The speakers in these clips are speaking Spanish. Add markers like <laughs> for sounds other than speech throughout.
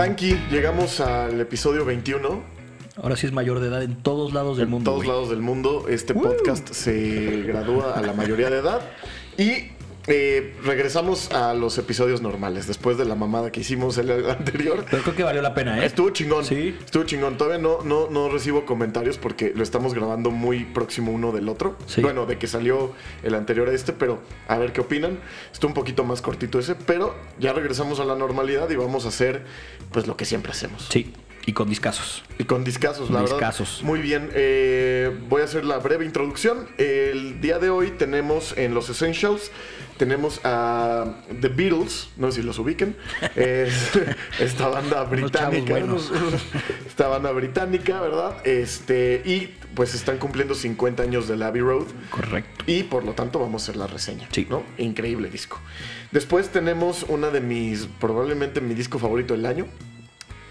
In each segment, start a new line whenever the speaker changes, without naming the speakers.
aquí llegamos al episodio 21.
Ahora sí es mayor de edad en todos lados del
En
mundo.
todos
güey.
lados del mundo. Este podcast se gradúa a la mayoría de edad. Y eh, regresamos a los episodios normales después de la mamada que hicimos el anterior.
Pero creo que valió la pena, ¿eh?
Estuvo chingón.
Sí.
Estuvo chingón. Todavía no, no, no recibo comentarios porque lo estamos grabando muy próximo uno del otro.
Sí.
Bueno, de que salió el anterior a este, pero a ver qué opinan. Estuvo un poquito más cortito ese, pero ya regresamos a la normalidad y vamos a hacer pues lo que siempre hacemos.
Sí, y con discazos.
Y con discasos, la verdad.
Discazos.
Muy bien, eh, voy a hacer la breve introducción. El día de hoy tenemos en los Essentials, tenemos a The Beatles, no sé si los ubiquen, <laughs> es- esta banda británica.
chavos buenos.
unos- <laughs> esta banda británica, ¿verdad? Este, y pues están cumpliendo 50 años del Abbey Road.
Correcto.
Y por lo tanto vamos a hacer la reseña.
Sí.
¿no? Increíble disco. Después tenemos una de mis, probablemente mi disco favorito del año.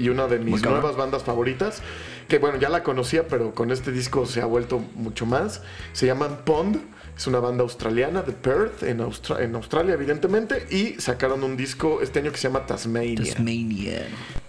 Y una de mis
cabrón.
nuevas bandas favoritas. Que bueno, ya la conocía, pero con este disco se ha vuelto mucho más. Se llaman Pond. Es una banda australiana de Perth, en, Austra- en Australia, evidentemente. Y sacaron un disco este año que se llama Tasmania.
Tasmania.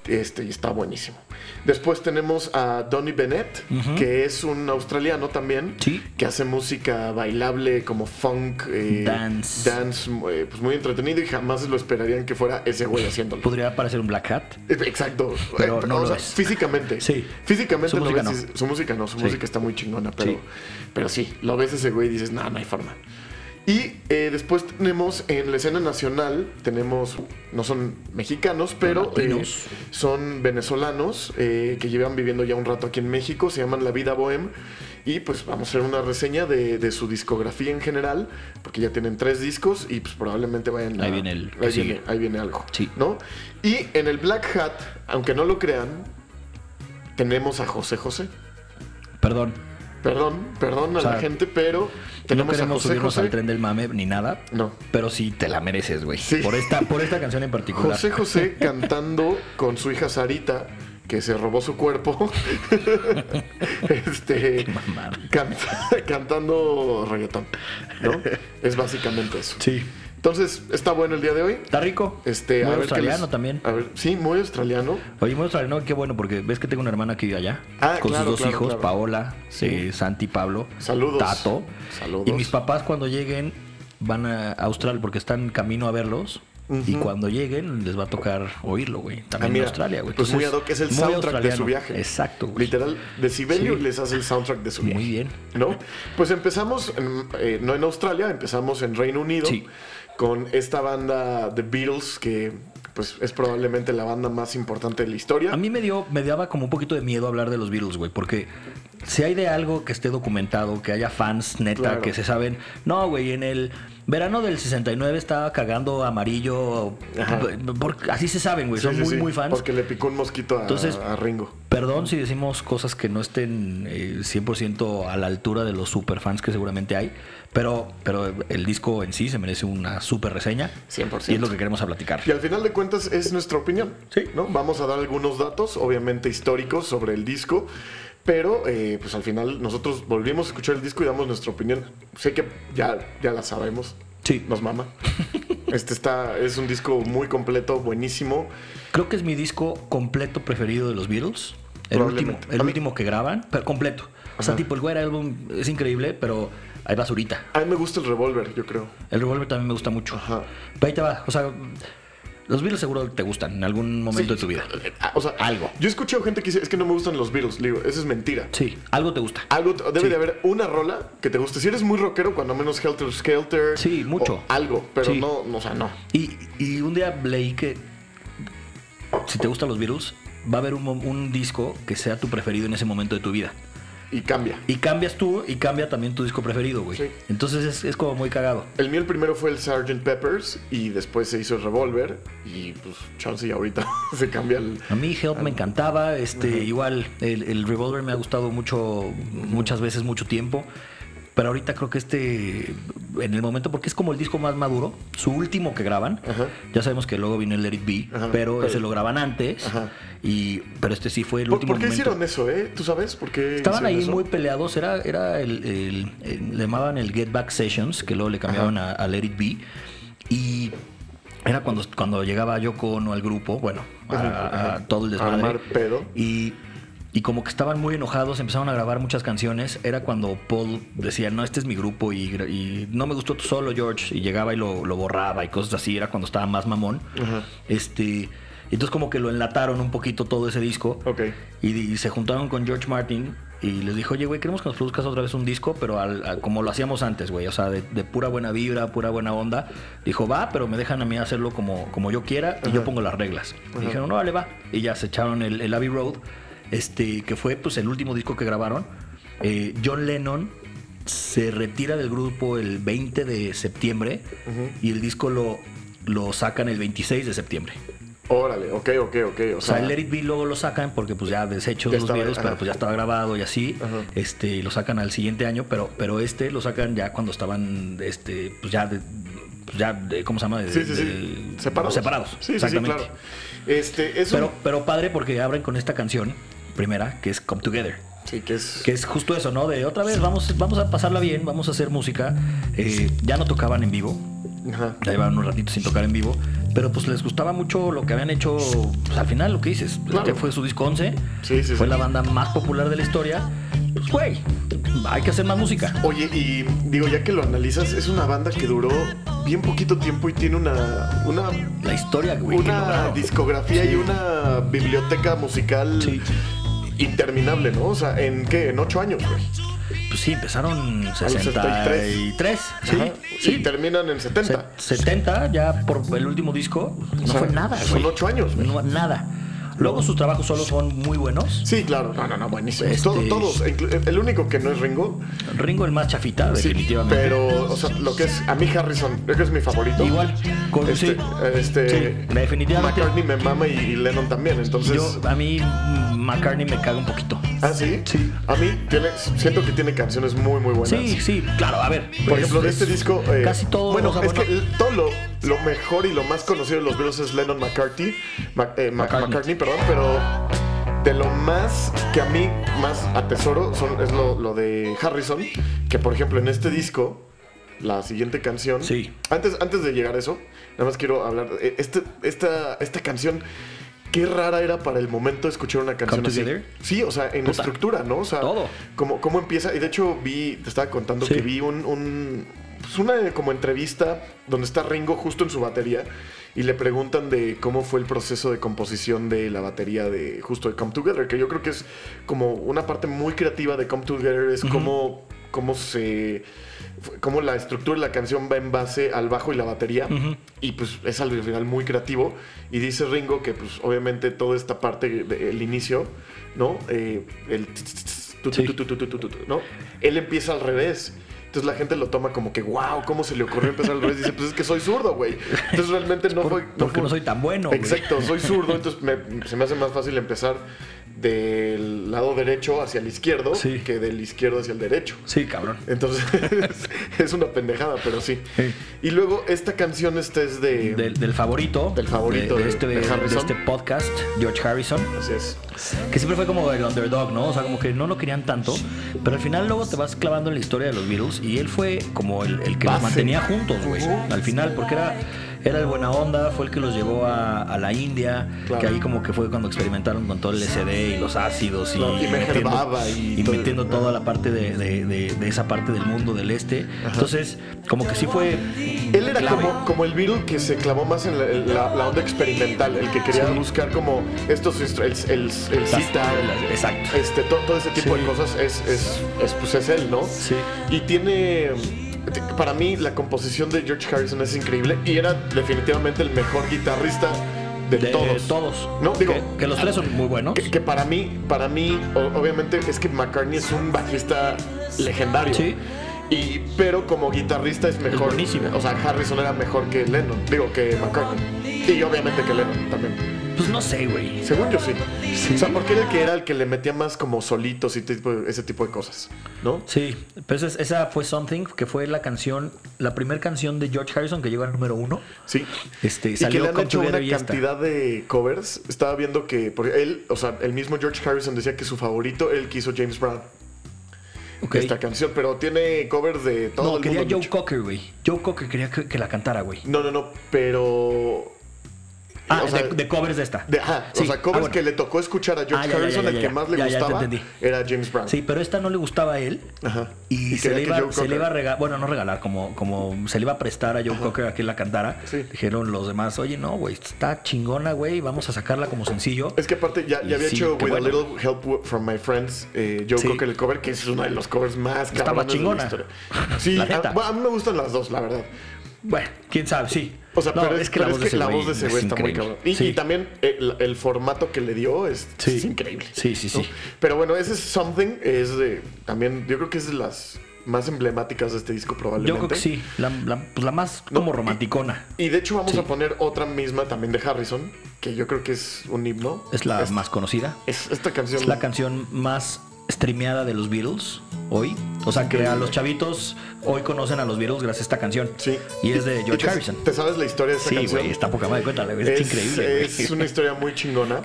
Este, y está buenísimo. Después tenemos a Donny Bennett, que es un australiano también,
Sí.
que hace música bailable como funk, eh,
Dance.
dance, eh, pues muy entretenido y jamás lo esperarían que fuera ese güey haciéndolo.
Podría parecer un Black Hat.
<laughs> Exacto.
Pero
Eh,
no
o
lo
sea,
es.
Físicamente.
Sí.
Físicamente
Su
lo
música
ves y- su música no, su
Sí.
música está muy chingona, pero
Sí.
sí, pero sí lo ves ese güey y dices, no, no hay forma. Y eh, después tenemos en la escena nacional, tenemos, no son mexicanos, pero eh,
Latinos.
son venezolanos eh, que llevan viviendo ya un rato aquí en México, se llaman La Vida Bohem. Y pues vamos a hacer una reseña de, de su discografía en general, porque ya tienen tres discos y pues probablemente vayan a...
Ahí viene el que
ahí
sigue.
viene- ahí viene algo.
Sí.
¿No? Y en el Black Hat, aunque no lo crean, tenemos a José José.
Perdón.
Perdón, perdón a
sea,
la gente, pero
No
tenemos a
queremos
José
subirnos
José.
al tren del mame ni nada.
No.
Pero sí te la mereces, güey.
Sí.
Por esta, por esta canción en particular.
José
<laughs>
José cantando con su hija Sarita, que se robó su
<laughs>
cuerpo. este.
Mamada.
canta- <laughs> cantando reggaetón, ¿no?
<laughs>
Es básicamente eso.
Sí.
Entonces, está bueno el día de hoy.
Está rico.
Este,
muy
a ver qué
australiano
les-
también.
a ver, sí, muy australiano.
Oye, muy australiano, qué bueno, porque ves que tengo una hermana que vive allá.
Ah,
con
claro,
sus dos
claro,
hijos,
claro.
Paola,
Sí.
eh, Santi, Pablo.
Saludos.
Tato.
Saludos.
Y mis papás cuando lleguen van a Australia porque están camino a verlos. Y cuando lleguen les va a tocar oírlo, güey. También
Ah, mira,
en Australia, güey.
Pues muy ad
Entonces,
hoc, es el
muy
soundtrack de su
australiano.
viaje.
Exacto, güey.
Literal, Decibelio
Sí.
les hace el soundtrack de su
Muy
viaje.
bien.
¿No? Pues empezamos, en- eh, no en Australia, empezamos en Reino Unido
Sí.
con esta banda The Beatles, que pues es probablemente la banda más importante de la historia.
A mí me dio, me daba como un poquito de miedo hablar de los Beatles, güey, porque si hay de algo que esté documentado, que haya fans neta
Claro.
que se saben, no, güey, en el verano del 69 estaba cagando amarillo, por- así se saben, güey,
Sí,
son
sí,
muy,
sí,
muy fans.
Porque le picó un mosquito a,
Entonces-
a Ringo.
Perdón si decimos cosas que no estén eh, 100% a la altura de los superfans que seguramente hay, pero, pero el disco en sí se merece una super reseña.
100%.
Y es lo que queremos a platicar.
Y al final de cuentas es nuestra opinión.
Sí.
¿no? Vamos a dar algunos datos, obviamente históricos, sobre el disco. Pero, eh, pues al final nosotros volvimos a escuchar el disco y damos nuestra opinión. Sé que ya, ya la sabemos.
Sí.
Nos
<laughs>
mama. Este está, es un disco muy completo, buenísimo.
Creo que es mi disco completo preferido de los Beatles. El último,
Probablemente.
el
A mí-
último que graban, pero completo. O sea,
Ajá.
tipo, el Where Album es increíble, pero hay basurita.
A mí me gusta el revólver, yo creo.
El Revolver también me gusta mucho.
Ajá.
Pero ahí te va. O sea, los Beatles seguro te gustan en algún momento de tu vida.
Ah, O sea,
Algo.
Yo he escuchado gente que dice, es que no me gustan los Beatles. Le digo, eso es mentira.
Sí, algo te gusta.
Algo t- debe
Sí.
de haber una rola que te guste. Si eres muy rockero, cuando menos Helter Skelter.
Sí, mucho.
o algo, pero
Sí.
no, no, o sea, no.
Y, y un día leí que si te gustan los Beatles, va a haber un, mo- un disco que sea tu preferido en ese momento de tu vida.
Y cambia.
Y cambias tú y cambia también tu disco preferido, güey.
Sí.
Entonces es, es como muy cagado.
El mío el primero fue el Sgt. Peppers y después se hizo el Revolver y pues chance y ahorita <laughs> se cambia el...
A mí Help me encantaba, este, igual el, el Revolver me ha gustado mucho, muchas veces, mucho tiempo. Pero ahorita creo que este, en el momento, porque es como el disco más maduro, su último que graban.
Ajá.
Ya sabemos que luego vino el Let It Be,
Ajá,
pero
pero-
ese lo graban antes.
Ajá.
Y, pero este sí fue el
¿Por,
último
por qué
momento.
hicieron eso, eh? ¿Tú sabes por qué
Estaban
hicieron
ahí
eso?
muy peleados, era, era el, el- el- le llamaban el Get Back Sessions, que luego le cambiaron a, a Let It Be. Y Era cuando, cuando llegaba Yoko Ono al grupo, bueno, a, a- a todo el desmadre.
Armar pedo.
Y, y como que estaban muy enojados, empezaron a grabar muchas canciones. Era cuando Paul decía, no, este es mi grupo y, gra- y no me gustó tu solo, George. Y llegaba y lo, lo borraba y cosas así. Era cuando estaba más mamón.
Ajá.
Este, entonces como que lo enlataron un poquito todo ese disco.
Ok.
Y, y se juntaron con George Martin y les dijo, oye, güey, queremos que nos produzcas otra vez un disco, pero al- al- como lo hacíamos antes, güey, o sea, de, de pura buena vibra, pura buena onda. Dijo, va, pero me dejan a mí hacerlo como, como yo quiera y yo pongo las reglas. Y Dijeron, no, vale, va. Y ya se echaron el, el Abbey Road, este, que fue pues el último disco que grabaron. Eh, John Lennon se retira del grupo el 20 de septiembre y el disco lo, lo sacan el 26 de septiembre.
Órale, ok, ok, ok. O
O sea,
sea,
el Let It Be luego lo sacan porque pues ya deshechos
Ya
los
estaba-
videos,
ajá.
pero pues ya estaba grabado y así.
Ajá.
Este, y lo sacan al siguiente año, pero, pero este lo sacan ya cuando estaban, este, pues ya, de- pues, ya de- ¿cómo se llama? De-
sí, sí, sí.
de-
Separados.
Separados,
Sí, sí, sí,
exactamente.
claro. Este, es un-
pero, pero padre porque abren con esta canción primera, que es Come Together.
Sí, que es...
Que es justo eso, ¿no? De otra vez, vamos, vamos a pasarla bien, vamos a hacer música. Eh, ya no tocaban en vivo,
Ajá.
ya llevaban un ratito sin tocar en vivo, pero pues les gustaba mucho lo que habían hecho, pues al final lo que dices, pues,
Claro.
que fue su disco 11,
Sí, sí,
fue
sí.
la banda más popular de la historia, pues güey, hay que hacer más música.
Oye, y digo, ya que lo analizas, es una banda que duró bien poquito tiempo y tiene una, una,
La historia, güey. que
una
lograron.
discografía y una biblioteca musical
Sí.
interminable, ¿no? O sea, ¿en qué? En ocho años, güey.
Pues sí, empezaron en
63.
63. Sí,
Ajá.
sí.
Y terminan en 70.
Se- 70, ya por el último disco, no
O sea,
fue nada, güey.
son ocho años, güey.
No, nada. Luego sus trabajos solos son muy buenos.
Sí, claro. No, no, no, buenísimo.
Este-
Todo- todos, inclu- el único que no es Ringo,
Ringo el más chafita,
Sí,
definitivamente.
pero, o sea, lo que es a mí Harrison, creo que es mi favorito.
Igual, con-
Este,
sí.
este,
Sí, definitivamente.
McCartney me mama y, y Lennon también, entonces.
Yo, a mí mm, McCartney me caga un poquito.
Pues, ¿Ah, sí?
Sí.
A mí tiene, siento que tiene canciones muy, muy buenas.
Sí, sí, claro, a ver. pues,
Por
es-
ejemplo, de este
es
disco. eh,
casi todo.
Bueno,
o sea,
es que l- todo lo, lo mejor y lo más conocido de los Beatles es Lennon McCartney. Mac- eh, Ma-
McCartney.
McCartney. perdón, pero. De lo más que a mí más atesoro son, es lo, lo de Harrison, que por ejemplo en este disco, la siguiente canción.
Sí.
Antes, antes de llegar a eso, nada más quiero hablar. eh, Este, esta, esta canción, qué rara era para el momento escuchar una canción así.
Together?
Sí, o sea, en
Puta.
estructura, ¿no? O sea,
Todo.
Cómo, cómo empieza. Y de hecho, vi, te estaba contando
Sí.
que vi un, un- pues, una como entrevista donde está Ringo justo en su batería y le preguntan de cómo fue el proceso de composición de la batería de justo de Come Together, que yo creo que es como una parte muy creativa de Come Together, es cómo, cómo se cómo la estructura de la canción va en base al bajo y la batería
Ujú.
y pues es al final muy creativo y dice Ringo que pues obviamente toda esta parte del inicio no Eh, el tss, tss, tss, tu, tu,
Sí.
tu, tu, tu, tu, tu, tu, no él empieza al revés entonces la gente lo toma como que wow cómo se le ocurrió empezar al revés dice pues es que soy zurdo güey entonces realmente no fue
porque
fue-
no soy tan bueno, güey.
exacto soy zurdo entonces me- se me hace más fácil empezar del lado derecho hacia el izquierdo
Sí.
que del izquierdo hacia el derecho
Sí, cabrón.
entonces, <laughs> es una pendejada, pero sí.
Sí.
Y luego, esta canción esta es de...
Del, del favorito.
Del favorito
De, de
de-
este,
de
de
Harrison.
este podcast, George Harrison.
Así es.
Que siempre fue como el underdog, ¿no? O sea, como que no lo querían tanto. Pero al final luego te vas clavando en la historia de los Beatles. Y él fue como el, el que los
Base.
mantenía juntos, güey.
Ujú.
Al final, porque era, era el buena onda, fue el que los llevó a, a la India.
Claro.
Que ahí como que fue cuando experimentaron con todo el LSD y los ácidos. Y,
Claro, y Meher Baba y
y
todo.
metiendo toda la parte de, de- de- de esa parte del mundo del este. Entonces, como que sí fue...
Él era
clave.
como, como el Beatle que se clavó más en la, en la- la onda experimental, el que quería
Sí.
buscar como estos instru- el, el, el
Las-
sitar,
las- exacto.
este, to- todo ese tipo
Sí.
de cosas es, es, es, pues es él, ¿no?
Sí.
Y tiene... Para mí, la composición de George Harrison es increíble y era definitivamente el mejor guitarrista de,
De
todos.
todos.
No, digo, ah,
que, que los tres son muy buenos.
Que, que para mí, para mí, o- obviamente es que McCartney es un bajista legendario.
Sí.
Y, pero como guitarrista es mejor.
buenísimo.
O sea, Harrison era mejor que Lennon. Digo, que McCartney. Y obviamente que Lennon también.
Pues no sé, güey.
Según yo sí. O sea, porque era el que era el que le metía más como solitos y tipo- ese tipo de cosas. ¿No?
Sí, pero esa, esa fue Something, que fue la canción, la primera canción de George Harrison que llegó al número uno.
Sí.
Este,
y que
salió
le han
Come
hecho una
Together y ya está.
cantidad de covers. Estaba viendo que porque él, o sea, el mismo George Harrison decía que su favorito él quiso James Brown.
Ok.
esta canción, pero tiene covers de todo
No,
el
quería
mundo.
Joe
Micho.
Cocker, güey. Joe Cocker quería que, que la cantara, güey.
No, no, no, pero.
Ah,
o sea,
de, de covers de esta.
de- ajá,
Sí.
o sea,
Ah,
covers
bueno.
que le tocó escuchar a George
Ah, ya, ya, ya,
Harrison,
ya,
el
ya,
que
ya.
más le
Ya, ya te
gustaba
entendí.
era James Brown.
Sí, pero esta no le gustaba a él.
Ajá.
Y,
Y
se,
quería
le
que
iba,
Joe
se le
Cocker-
iba a regalar, bueno, no regalar, como, como se le iba a prestar a Joe Cocker a que la cantara.
Sí.
Dijeron los demás, oye, no, güey, está chingona, güey, vamos a sacarla como sencillo.
Es que aparte ya, ya había
Sí,
hecho
qué
With a
bueno.
Little Help From My Friends, eh, Joe
Sí.
Cocker el cover, que es uno de los covers más
Estaba
cabrones de la
chingona.
historia. Sí,
<laughs> La
a,
neta.
bueno, a mí me gustan las dos, la verdad.
Bueno, quién sabe, sí.
O sea,
No,
pero es, pero es que la
güey
voz de ese
es
güey está muy
increíble.
cabrón. Y,
Sí.
y también el, el formato que le dio es,
Sí.
es increíble.
Sí, sí,
¿no?
sí.
Pero bueno, ese es Something, es de, también, yo creo que es de las más emblemáticas de este disco probablemente.
Yo creo que sí, la, la- pues la más
No,
como
y-
romanticona.
Y de hecho vamos
Sí.
a poner otra misma también de Harrison, que yo creo que es un himno.
Es la
Es-
más conocida.
es- esta canción.
Es la canción más streameada de los Beatles hoy. O sea, que a los chavitos hoy conocen a los Beatles gracias a esta canción.
Sí.
Y es de George
te-
Harrison.
¿Te sabes la historia de esta
Sí,
canción?
güey, está poca madre, cuéntale, güey, es, increíble.
es
güey.
una historia muy chingona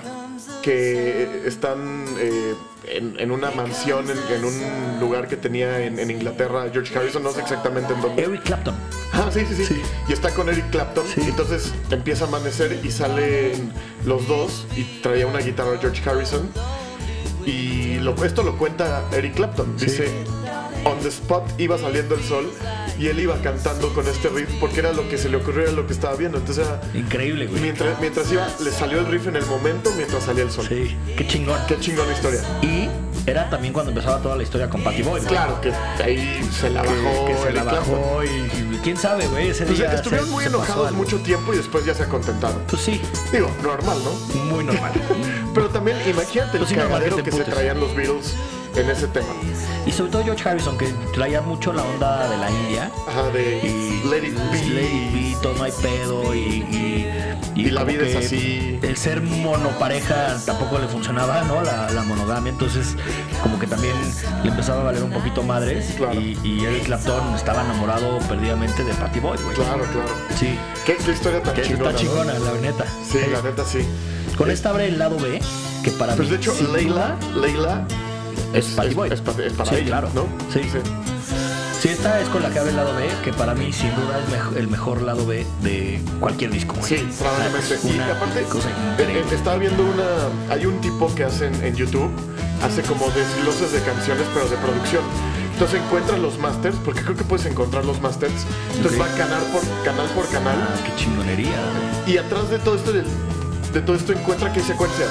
que están eh, en, en una mansión, en, en un lugar que tenía en, en Inglaterra George Harrison, no sé exactamente en dónde.
Eric Clapton.
Ah, sí, sí, sí,
Sí.
Y está con Eric Clapton.
Sí.
y Entonces empieza a amanecer y salen los dos y traía una guitarra George Harrison. Y lo- esto lo cuenta Eric Clapton. Dice, on the spot iba saliendo el sol y él iba cantando con este riff porque era lo que se le ocurrió, era lo que estaba viendo. Entonces era-
Increíble, güey.
mientras, mientras iba, le salió el riff en el momento mientras salía el sol.
Sí, qué chingón.
Qué chingona historia.
Y era también cuando empezaba toda la historia con Patty Boyd.
Claro que ahí se la bajó.
que se la
Eric Clapton.
bajó y, y quién sabe, güey. Ese
Pues,
día
estuvieron
se-
muy
se pasó
enojados
algo.
mucho tiempo y después ya se acontentaron.
Pues sí,
Digo, normal, ¿no?
muy normal.
Pero también imagínate el
Pues sí, normal que
cagadero
te
que se
emputes.
traían los Beatles en ese tema.
y sobre todo George Harrison, que traía mucho la onda de la India.
Ajá, de
y
Let It Be.
Let it be, todo no hay pedo y, y,
Y la
como
vida es
que
así.
El ser monopareja tampoco le funcionaba, ¿no? La, la monogamia, entonces como que también le empezaba a valer un poquito madres
Claro.
y, y Eric Clapton estaba enamorado perdidamente de Patty Boyd, güey.
Claro, claro.
Sí.
Qué, qué historia tan
Que
chingona.
está
¿no?
chingona, la neta.
Sí, la neta sí. Eh,
Con esta abre el lado B, que para
Pues
mí
de hecho,
sin
Leila,
duda,
Leila
es Patty Boyd.
es pa- es para
sí,
ella,
claro.
¿no?
Sí. Sí, esta es con la que abre el lado B, que para mí sin duda es mejo- el mejor lado B de cualquier disco. güey.
Sí, probablemente.
Es
Y
una
aparte,
cosa
eh,
increíble.
eh, estaba viendo una. Hay un tipo que hace en, en YouTube, hace como desgloses de canciones, pero de producción. Entonces encuentra los masters, porque creo que puedes encontrar los masters. Entonces
Ok.
va canal por canal por canal.
Ah, qué chingonería. güey.
Y atrás de todo esto, de, de todo esto encuentra que hay secuencias.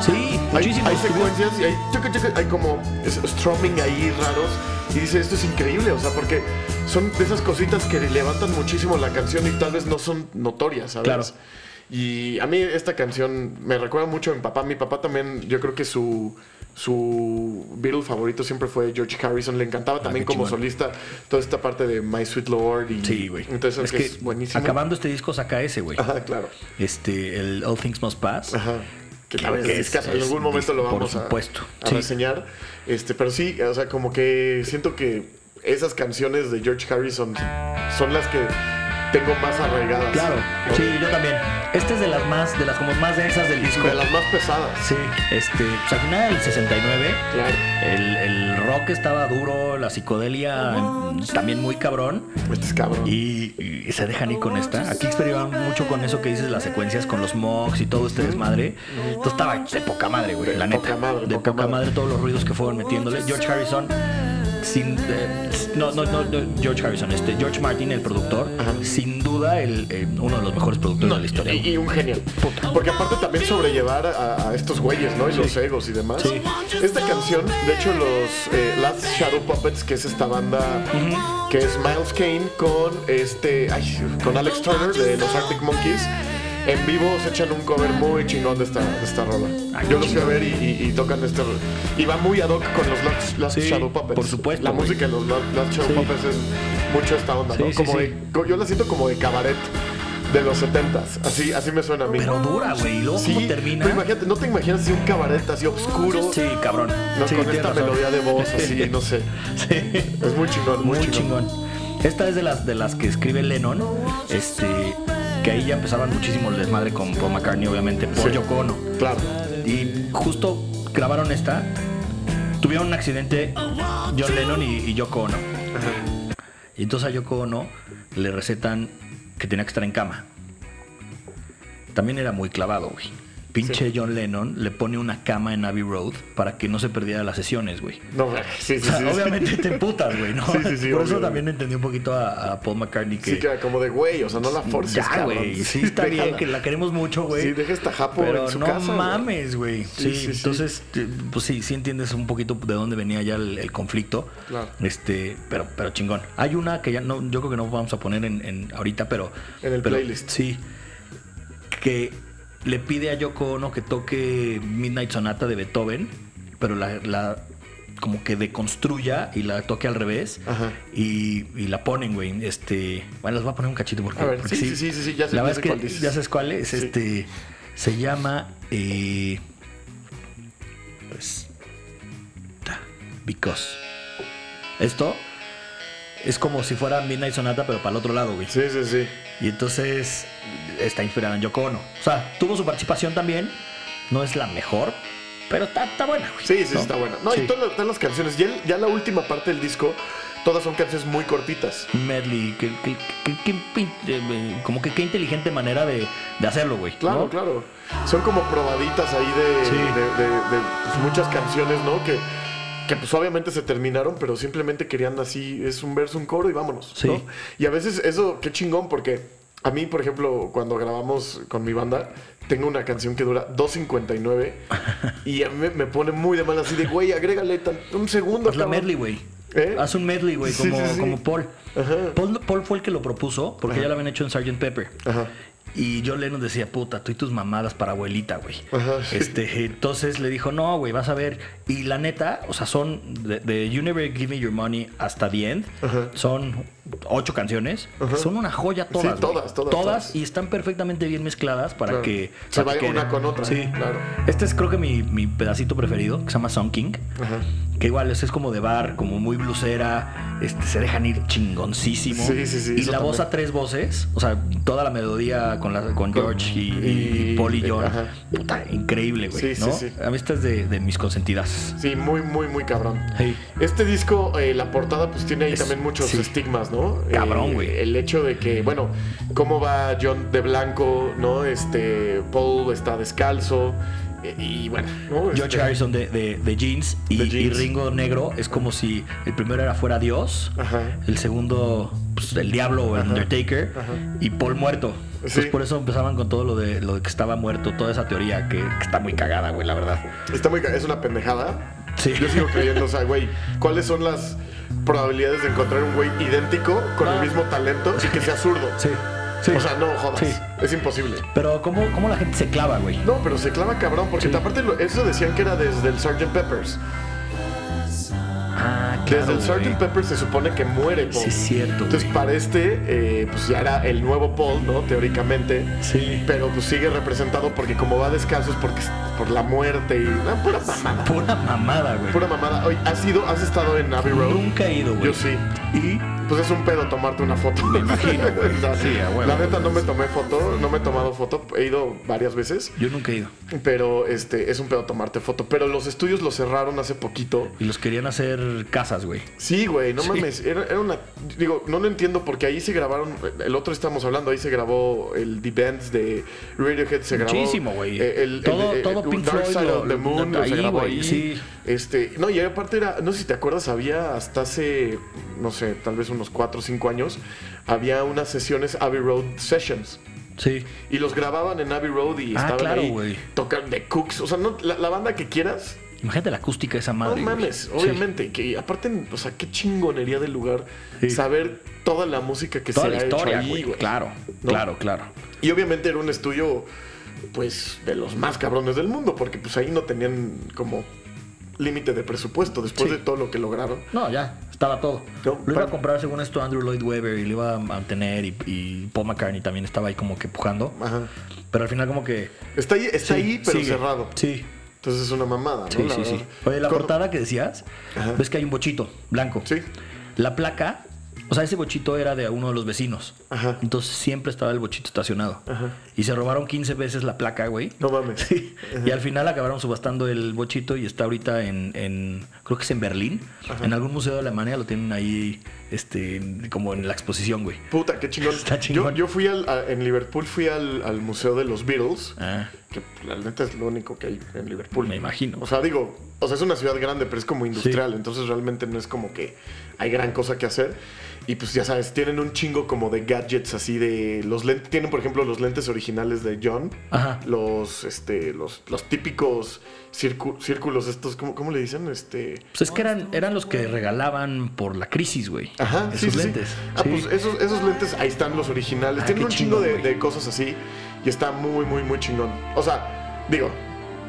Sí,
Hay,
muchísimas.
hay secuencias y hay, chuca, chuca, hay como es- strumming ahí raros. Y dice, esto es increíble, o sea, porque son de esas cositas que levantan muchísimo la canción y tal vez no son notorias, ¿sabes?
Claro.
Y a mí esta canción me recuerda mucho a mi papá. Mi papá también, yo creo que su, su Beatle favorito siempre fue George Harrison. Le encantaba también
Ah, qué
como
chingón.
solista toda esta parte de My Sweet Lord. Y,
Sí, güey.
Entonces,
es
que
que
es buenísimo.
acabando este disco saca ese, güey.
<laughs> Ajá, claro.
Este, el All Things Must Pass.
Ajá. Que
Que
tal vez
es-
es caso, en
es-
algún momento lo
por
vamos a-
supuesto,
a,
sí.
reseñar. Este, pero sí, o sea, como que siento que esas canciones de George Harrison son las que tengo más arraigadas.
Claro.
¿no?
Sí, yo también. Esta es de las más, de las como más densas del disco.
De las más pesadas.
Sí, este, pues al final del 69.
Claro.
El, el rock estaba duro, la psicodelia mm, también muy cabrón.
Este es cabrón.
Y, y se dejan ir con esta. Aquí experimentaban mucho con eso que dices, las secuencias con los mocks y todo este desmadre. Esto estaba de poca madre, güey,
De
la
poca
neta.
madre,
de
poca
poca,
madre.
madre. todos los ruidos que fueron metiéndole. George Harrison, sin. eh, no, no, no, no, George Harrison, este, George Martin, el productor, sin duda el, eh, uno de los mejores productores de la historia.
Y, y un genio. Porque aparte también sobrellevar a, a estos güeyes, ¿no? Y los egos y demás.
Sí.
Esta canción, de hecho, los eh, Last Shadow Puppets, que es esta banda que es Miles Kane con este. ay, con Alex Turner de los Arctic Monkeys. En vivo se echan un cover muy chingón de esta, de esta rola.
Ay,
Yo los fui a
chingón.
ver y, y- y tocan este. Y va muy ad hoc con los Last, Last
Sí,
Shadow Puppets.
por supuesto,
La
güey.
música de los Last, Last Shadow
Sí.
Puppets es mucho esta onda, ¿no?
Sí, sí,
Como
sí.
de- Co- Yo la siento como de cabaret de los 70s. Así, así me suena a mí.
Pero dura, güey. Y luego,
sí,
¿cómo termina?
pero imagínate, no te imaginas así un cabaret así oscuro.
Sí, cabrón.
¿no?
Sí,
con
tienes
esta
razón.
melodía de voz
<laughs>
así, no sé.
Sí.
Es muy chingón, muy,
Muy chingón. Esta es de las de las que escribe Lennon, este, que ahí ya empezaban muchísimo el desmadre con Paul McCartney, obviamente, por
Sí.
Yoko Ono.
Claro.
Y justo grabaron esta. tuvieron un accidente John Lennon y, y Yoko Ono. Y entonces a Yoko Ono le recetan que tenía que estar en cama. También era muy clavado, güey. Pinche John Lennon le pone una cama en Abbey Road para que no se perdiera las sesiones, güey.
No, sí, sí,
O sea,
sí.
<laughs> obviamente te emputas, güey, ¿no?
Sí, sí, sí, obvio,
Por eso
güey.
también entendí un poquito a, a Paul McCartney que.
<laughs> Sí, que era como de güey, o sea, no la forces,
ya,
cabrón.
güey. Sí, está bien,
déjala.
que la queremos mucho, güey.
Sí, deja esta japo
Pero
en su
no
casa, güey.
mames, güey. Sí,
Sí, sí, sí.
entonces, eh, pues sí, sí entiendes un poquito de dónde venía ya el, el conflicto.
Claro.
Este, pero, pero chingón. Hay una que ya no, yo creo que no vamos a poner en, en ahorita, pero.
En el
pero,
playlist.
Sí. Que le pide a Yoko Ono que toque Midnight Sonata de Beethoven, pero la. la- como que deconstruya y la toque al revés
Ajá.
y, y la ponen, güey. Este, bueno, les voy a poner un cachito porque,
A ver,
porque
sí, sí, sí, sí, sí, ya sé-
la
ya
verdad
sé
es que
cuál dices.
ya sabes cuál es.
Sí.
Este se llama. eh, pues. ta, Because. Esto es como si fuera Midnight Sonata, pero para el otro lado, güey.
Sí, sí, sí.
Y entonces está inspirada en Yoko Ono. O sea, tuvo su participación también. No es la mejor, pero está, está buena, güey.
Sí, sí,
¿no?
está buena. No,
Sí.
y todas, las- todas las canciones, ya, el- ya la última parte del disco, todas son canciones muy cortitas.
medley, que, que- que- que- que- eh, como que qué inteligente manera de, de hacerlo, güey.
Claro,
¿no?
claro. Son como probaditas ahí de,
Sí.
de- de- de, pues, muchas canciones, ¿no? Que, que pues obviamente se terminaron, pero simplemente querían así, es un verso, un coro y vámonos.
Sí.
¿no? Y a veces eso, qué chingón, porque a mí, por ejemplo, cuando grabamos con mi banda, tengo una canción que dura 2.59 y a mí me, me pone muy de mal así de, güey, agrégale tan- un segundo.
Haz la
cabrón".
medley, güey.
¿Eh?
Haz un medley, güey,
Sí,
como,
sí, sí.
como Paul.
Ajá.
Paul. Paul fue el que lo propuso, porque ya lo habían hecho en Sgt. Pepper.
Ajá.
Y John Lennon decía, puta, tú y tus mamadas para abuelita, güey.
Ajá, sí.
Este, entonces le dijo, no, güey, vas a ver. Y la neta, o sea, son de, de You Never Give Me Your Money hasta The End.
Ajá.
Son ocho canciones.
Ajá.
Son una joya
Sí,
todas. güey.
todas, todas, todas.
y están perfectamente bien mezcladas para
Claro.
que...
Se
para que
vaya una
queden.
con otra,
Sí.
claro.
Este es creo que mi, mi pedacito preferido, que se llama Sun King.
Ajá.
Que igual este es como de bar, como muy blusera, este, se dejan ir chingoncísimo.
Sí, sí, sí,
Y
eso
la voz
también.
a tres voces, o sea, toda la melodía con, la, con George y, y,
y-
Paul y John.
ajá.
Puta, increíble, güey.
Sí,
¿no?
sí, sí.
A mí esta es de, de mis consentidas.
Sí, muy, muy, muy cabrón.
Hey.
Este disco, eh, la portada, pues tiene ahí
Es-
también muchos
sí.
estigmas, ¿no?
Cabrón,
Eh,
güey.
el hecho de que, bueno, cómo va John de blanco, ¿no? Este, Paul está descalzo. eh, y bueno, ¿no? Este,
George Harrison de, de- de jeans, y,
De jeans.
y Ringo negro es como si el primero era fuera Dios,
Ajá.
el segundo pues, el diablo o el Undertaker
Ajá.
y Paul muerto. Entonces
Sí.
por eso empezaban con todo lo de lo de que estaba muerto, toda esa teoría que, que está muy cagada, güey, la verdad.
Está muy, ca- es una pendejada.
Sí.
Yo sigo creyendo, o sea, güey, ¿cuáles son las probabilidades de encontrar un güey idéntico con
No.
el mismo talento y que sea zurdo?
Ah. Sí. sí.
O sea, no jodas.
Sí.
Es imposible.
Pero ¿cómo, cómo la gente se clava, güey?
No, pero se clava cabrón, porque
Sí.
aparte lo- eso decían que era desde el Sgt. Peppers.
Ah,
Desde el
güey.
Sgt. Pepper se supone que muere Paul.
Sí, es cierto,
Entonces,
güey.
para este, eh, pues ya era el nuevo Paul, ¿no? Teóricamente.
Sí.
Pero pues sigue representado porque, como va descalzo, es porque, por la muerte y. ah, pura mamada.
Pura mamada, güey.
Pura mamada. Oye, ¿has ido, has estado en Abbey Road?
Nunca he ido, güey.
Yo sí.
Y
Pues es un pedo tomarte una foto. Me
imagino, güey. Sí, a huevo.
La neta no me tomé foto, no me he tomado foto. He ido varias veces,
yo nunca he ido.
pero este es un pedo tomarte foto. Pero los estudios los cerraron hace poquito.
Y los querían hacer casas, güey.
Sí, güey, no mames. Era, era una. Digo, no lo entiendo porque ahí se grabaron. El otro estamos hablando, ahí se grabó el The Bands de Radiohead, se grabó.
Muchísimo, güey.
eh, el-
Todo-
el- eh,
todo Pink
Dark
Floyd
Side
lo-
of the Moon
lo-
lo se
ahí,
grabó
güey,
ahí.
sí.
Este, no, y aparte era. No sé si te acuerdas, había hasta hace. No sé, tal vez unos 4 o 5 años. Había unas sesiones Abbey Road Sessions.
Sí.
Y los grababan en Abbey Road y
Ah,
estaban
claro,
ahí.
güey.
Tocan The Cooks. O sea, no, la, la banda que quieras.
Imagínate la acústica de esa madre.
No
güey.
mames,
Sí.
obviamente. Que aparte, o sea, qué chingonería del lugar
Sí.
saber toda la música que
Toda
se
la
ha
historia,
hecho ahí,
güey.
güey.
Claro,
¿No?
claro, claro.
Y obviamente era un estudio, pues, de los más cabrones del mundo, porque pues ahí no tenían como límite de presupuesto después
Sí.
de todo lo que lograron.
No, ya, estaba todo.
No,
lo iba
para-
a comprar según esto Andrew Lloyd Webber y lo iba a mantener y, y Paul McCartney también estaba ahí como que pujando.
Ajá.
Pero al final como que...
Está ahí, está
Sí,
ahí pero
sigue.
cerrado.
Sí,
Entonces es una mamada, ¿no?
Sí,
La
sí, sí.
verdad.
Oye, la
Con-
portada que decías,
Ajá.
ves que hay un bochito blanco.
Sí.
La placa O sea, ese bochito era de uno de los vecinos.
Ajá.
Entonces siempre estaba el bochito estacionado.
Ajá.
Y se robaron 15 veces la placa, güey.
No mames.
Sí. Y al final acabaron subastando el bochito y está ahorita en, en- creo que es en Berlín. En algún museo de Alemania lo tienen ahí, este, como en la exposición, güey.
Puta, qué chingón.
Está chingón.
Yo, yo fui al, a- en Liverpool, fui al, al Museo de los Beatles,
Ah,
que la neta es lo único que hay en Liverpool.
me imagino.
O sea, digo, o sea, es una ciudad grande, pero es como industrial, entonces realmente no es como que hay gran cosa que hacer. Y pues ya sabes, tienen un chingo como de gadgets así de los lentes, tienen por ejemplo los lentes originales de John,
Ajá.
los este los, los típicos circu- círculos estos, ¿cómo, cómo le dicen? Este
Pues es que eran, eran los que regalaban por la crisis, güey.
Ajá, sí, sí,
Esos
sí.
lentes.
Ah,
Sí.
pues esos, esos lentes, ahí están los originales.
Ah,
Tienen
qué
un chingo de,
chingón, güey.
de cosas así y está muy, muy, muy chingón. O sea, digo,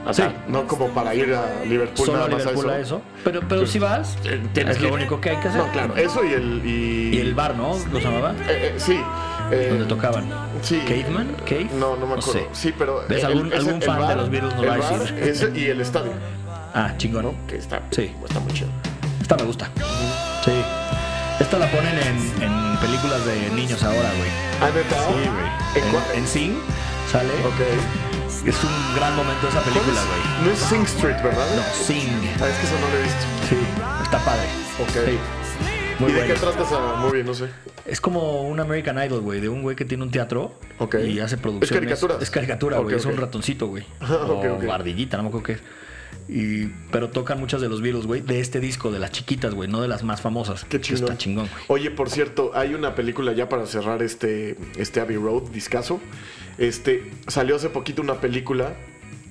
o sea,
Sí.
no como para ir a Liverpool pues
Solo
nada más
Liverpool
a
a
eso. Pues, eh,
eso. Pero, pero si vas,
tienes
es
que
lo
ir.
único que hay que hacer.
No, claro, eso y el. Y,
Y el bar, ¿no? ¿Lo llamaba?
Eh, eh, sí. eh,
Donde tocaban.
Sí.
¿Caveman? ¿Cave?
No, no me acuerdo.
sé.
Sí, pero.
¿Ves? Algún-
ese-
algún fan de los Beatles nos
el
va a
bar,
decir.
ese y el estadio,
Ah, chingón.
¿no? Que está,
Sí.
está muy chido.
Esta me gusta. Sí. Esta la ponen en, en películas de niños ahora, güey.
Ah, neta. ¿En cuál?
En, en Sing sale.
Ok.
Es un gran momento esa
¿Cuál
película,
es?
güey.
No es Sing Street, ¿verdad?
No, Sing.
Ah, es que eso no lo he visto.
Sí. Está padre.
Ok.
Sí.
¿Y
Muy
de
bueno.
qué trata esa movie? No sé.
Es como un American Idol, güey, de un güey que tiene un teatro
Ok.
y hace
¿Es
producciones.
caricatura?
Es caricatura, güey.
Ok,
Es
ok.
un ratoncito, güey.
Ah, <laughs> ok,
o
ok.
ardillita, no me acuerdo qué es. Y, pero tocan muchas de los virus, güey, de este disco, de las chiquitas, güey, no de las más famosas.
Qué chingón.
Está chingón, güey.
Oye, por cierto, hay una película ya para cerrar este, este Abbey Road, discaso. Este, salió hace poquito una película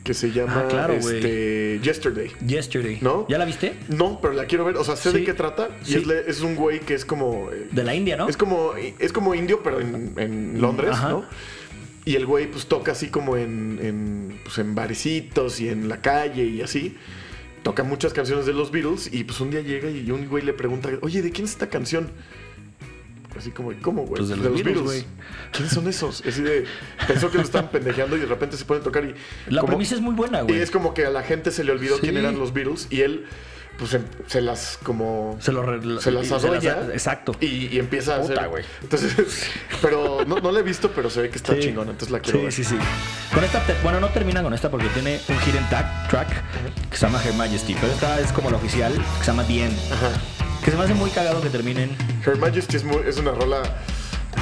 que se llama
Ah, claro, güey.
este, Yesterday.
Yesterday.
¿No?
¿Ya la viste?
No, pero la quiero ver. O sea, sé
Sí.
de qué trata. Y
Sí.
es, le- es un güey que es como. eh,
De la India, ¿no?
Es como, es como indio, pero en, en Londres,
Ajá.
¿no? Y el güey pues toca así como en, en, pues, en barecitos y en la calle y así. Toca muchas canciones de los Beatles y pues un día llega y un güey le pregunta, oye, ¿de quién es esta canción? Así como, ¿cómo, güey?
Pues de los Beatles,
¿Quiénes son esos? Así de, pensó que lo estaban
<laughs>
pendejeando y de repente se ponen a tocar y...
La
como-
premisa es muy buena,
Y
güey.
es como que a la gente se le olvidó
Sí.
quién eran los Beatles y él pues se, se las como...
Se lo re-
Se las
y- se las-
arrolla.
Exacto.
Y, y empieza
Puta,
a hacer.
güey.
Entonces, <laughs> pero no, no la he visto, pero se ve que está
Sí.
chingona, entonces la quiero
Sí,
ver.
sí, sí. Con esta, te- bueno, no termina con esta porque tiene un hidden tag- track que se llama Her Majesty, pero esta es como la oficial, que se llama The End.
Ajá.
Que se me hace muy cagado que terminen
Her Majesty es, muy- es una rola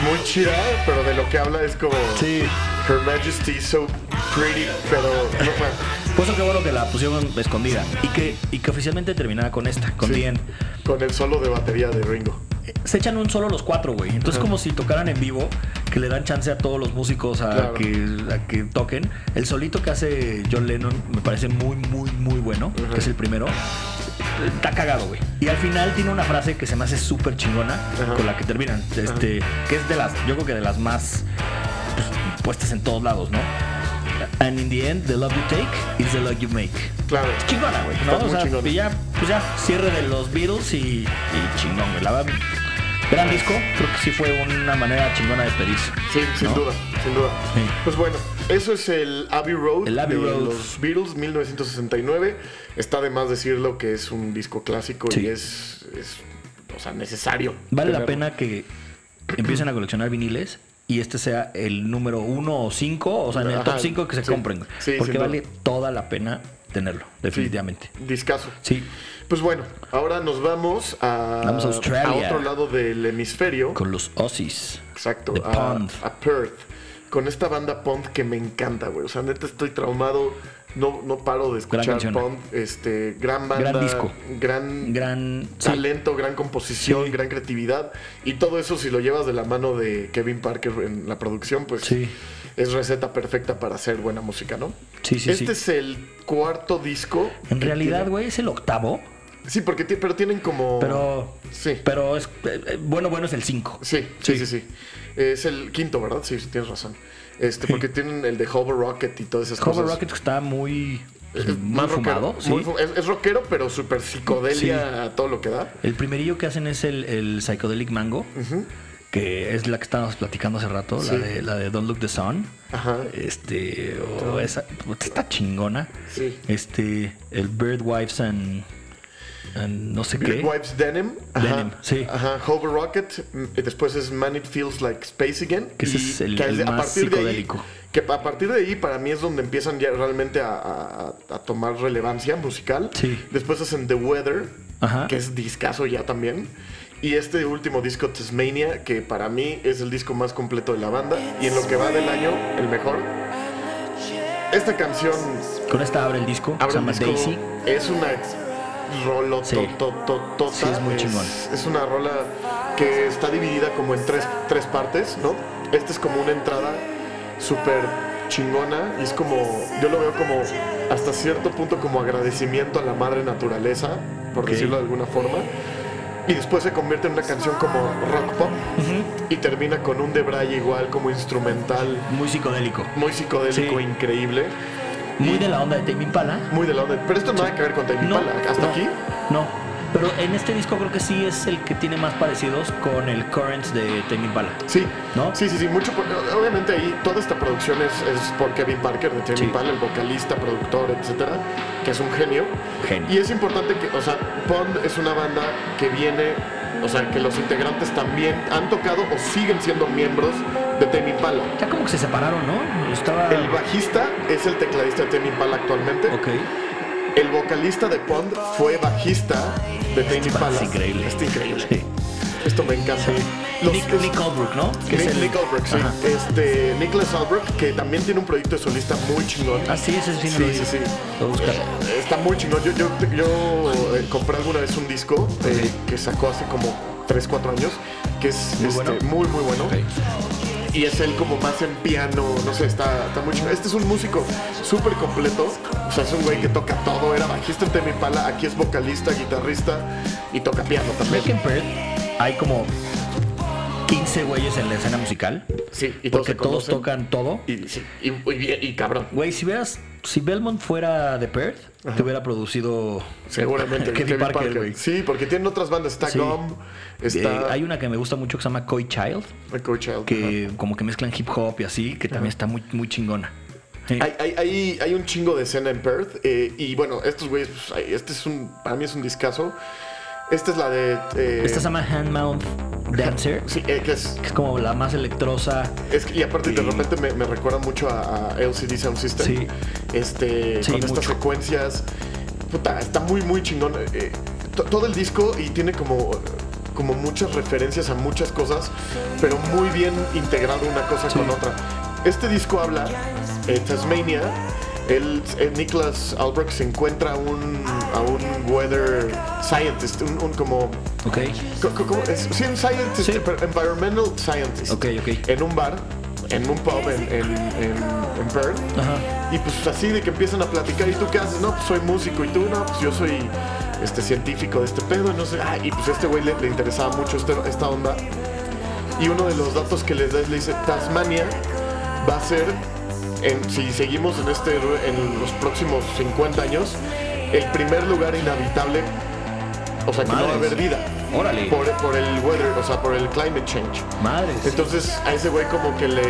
muy chida, pero de lo que habla es como
Sí.
Her Majesty is so pretty, pero
<laughs>
no, bueno,
Por eso qué bueno Pues que la pusieron escondida y que, y que oficialmente terminaba con esta, con
sí,
The End.
con el solo de batería de Ringo.
Eh, Se echan un solo los cuatro, güey. Entonces, como si tocaran en vivo, que le dan chance a todos los músicos a,
Claro.
que, a que toquen. El solito que hace John Lennon me parece muy, muy, muy bueno, que es el primero. Está cagado, güey. Y al final tiene una frase que se me hace súper chingona
Ajá.
con la que terminan. Este, que es de las, yo creo que de las más pues, puestas en todos lados, ¿no? And in the end, the love you take is the love you make.
Claro.
chingona, güey.
Está
¿no? O
muy
sea,
chingona.
y ya, pues ya, cierre de los Beatles y, y chingón, güey. La verdad, gran disco. Creo que sí fue una manera chingona de despedirse.
Sí, sin
¿no?
duda, sin duda.
Sí.
Pues bueno, eso es el Abbey Road
El Abbey
de
Road.
los Beatles 1969. Está de más decirlo que es un disco clásico
Sí.
y es, es, o sea, necesario.
Vale la
tenerlo.
pena que empiecen a coleccionar viniles y este sea el número uno o cinco, o sea, en el
Ajá,
top cinco que se
sí,
compren. güey.
sí,
porque
sin duda.
vale toda la pena tenerlo, definitivamente.
Discaso.
Sí.
Pues bueno, ahora nos vamos a,
Vamos a Australia.
a otro lado del hemisferio.
Con los Aussies.
Exacto, Ah,
The
a,
Pond.
a Perth. Con esta banda Pond que me encanta, güey. O sea, neta estoy traumado. No, no paro de escuchar
canción.
Pond. Este, gran banda.
Gran disco.
Gran,
Gran. sí.
talento, gran composición,
Sí.
gran creatividad. Y todo eso, si lo llevas de la mano de Kevin Parker en la producción, pues
Sí.
es receta perfecta para hacer buena música, ¿no?
Sí, sí,
Este
sí.
es el cuarto disco.
En
que
realidad,
tiene-
güey, es el octavo,
Sí, porque ti- pero tienen como.
pero.
Sí.
Pero es. eh, eh, Bueno, bueno, es el cinco.
Sí, sí, sí, sí. Es el quinto, ¿verdad? Sí, sí, tienes razón. Este, porque tienen el de Hover Rocket y todas esas
Cover
cosas.
Rocket que está muy, pues,
Es
muy
más
fumado.
rockero,
¿sí?
muy fu- es, es rockero, pero súper psicodelia a todo lo que da.
el primerillo que hacen es el, el Psychedelic Mango, que es la que estábamos platicando hace rato,
Sí.
la, de, la de Don't Look the Sun.
Ajá.
Este, o pues, esa, puta, está chingona.
Sí.
Este, el Bird Wives and and no sé
Black
qué.
Wives Denim.
Denim, sí.
Ajá, Hover Rocket. mm, y Después es Man It Feels Like Space Again.
Que ese
y
es el-
que
el
de-
más
de ahí-
psicodélico.
que a partir de ahí para mí es donde empiezan ya realmente a, a- a- a tomar relevancia musical.
Sí.
Después hacen The Weather,
Ajá.
que es discazo ya también. Y este último disco, Tasmania, que para mí es el disco más completo de la banda. Y en lo que va del año, el mejor. Esta canción,
Con esta abre el disco,
abre
se
el
llama
disco,
Daisy.
es una rolo
Sí. Sí, es muy chingón.
tota, es una rola que está dividida como en tres, tres partes, ¿no? Esta es como una entrada súper chingona y es como, yo lo veo como hasta cierto punto como agradecimiento a la madre naturaleza, por
Ok.
decirlo de alguna forma. Y después se convierte en una canción como rock pop y termina con un debraye igual como instrumental,
Muy psicodélico.
muy psicodélico,
Sí.
increíble,
Muy de la onda de Tame Impala.
muy de la onda. Pero esto nada que ver con Tame Impala, hasta
no,
aquí.
No. Pero en este disco creo que sí es el que tiene más parecidos con el Currents de Tame Impala.
Sí,
¿No?
sí, sí, sí, mucho. por- obviamente ahí toda esta producción es, es por Kevin Parker de Tame
Sí.
Impala, el vocalista, productor, etcétera, que es un genio.
Genio.
Y es importante que, o sea, Pond es una banda que viene, o sea, que los integrantes también han tocado o siguen siendo miembros de Tame Impala.
Ya como que se separaron, ¿no? Estaba.
El bajista es el tecladista de Tame Impala actualmente.
Ok.
El vocalista de Pond fue bajista de Tame Impala.
Es increíble.
Está increíble.
Sí.
Esto me encanta. Los-
Nick,
es-
Nick Holbrook, ¿no? Que es
Nick,
el-
Nick Albrecht, sí.
Ajá.
Este, Nicholas Albrecht, que también tiene un proyecto de solista muy chingón.
Ah, sí, ese sí, no
Sí,
lo vi.
sí, sí.
Lo voy a buscar.
Está muy chingón. Yo, yo, yo, eh, compré alguna vez un disco eh, que sacó hace como 3, 4 años, que es
Muy
este,
bueno.
muy, muy bueno.
Ok.
Y es él como más en piano, no sé, está, está muy chingón. Este es un músico súper completo. O sea, es un güey que toca todo. Era bajista en Temi Pala, aquí es vocalista, guitarrista y toca piano también.
Make in Perth hay como 15 güeyes en la escena musical.
Sí, y todos
porque
se
todos
conocen.
tocan todo.
Y, sí, y, y bien- y cabrón.
Güey, si veas, si Belmont fuera de Perth, te hubiera producido <laughs>
Seguramente.
Kevin, Parker, güey.
Sí, porque tienen otras bandas. Está
Sí.
Gum, está
Eh, hay una que me gusta mucho que se llama Coy Child,
Coachella.
que como que mezclan hip hop y así, que también está muy, muy chingona. Sí.
Hay, hay, hay, hay un chingo de escena en Perth. eh, y bueno, estos güeyes, pues, ay, este es un, para mí es un discazo. Esta es la de... eh,
Esta se llama Handmouth Dancer,
Sí, eh, que es...
que es como la más electrosa.
es que- y aparte de
Y-
repente me, me recuerda mucho a, a LCD Sound System.
Sí.
Este,
Sí,
con estas
mucho.
secuencias. Puta, está muy, muy chingón. eh, to- todo el disco y tiene como, como muchas referencias a muchas cosas, pero muy bien integrado una cosa con otra. Este disco habla, eh, Tasmania, el, el Nicholas Albrecht se encuentra a un, a un weather scientist, un, un como...
Ok,
co- co- como- es- sí, un scientist,
Sí.
pero environmental scientist.
ok, ok.
En un bar, en un pub en, en, en, en Perth.
Ajá.
Y pues así de que empiezan a platicar, ¿y tú qué haces? No, pues soy músico, y tú no, pues yo soy este científico de este pedo, no sé. Ah, y pues a este güey le, le interesaba mucho este- esta onda. Y uno de los datos que les da es, le dice, Tasmania va a ser, en- si seguimos en, este, ru- en los próximos 50 años, el primer lugar inhabitable, o sea, que no va a
Madres.
haber vida.
Órale.
Por, por el weather, o sea, por el climate change.
Madres.
Entonces a ese güey como que le,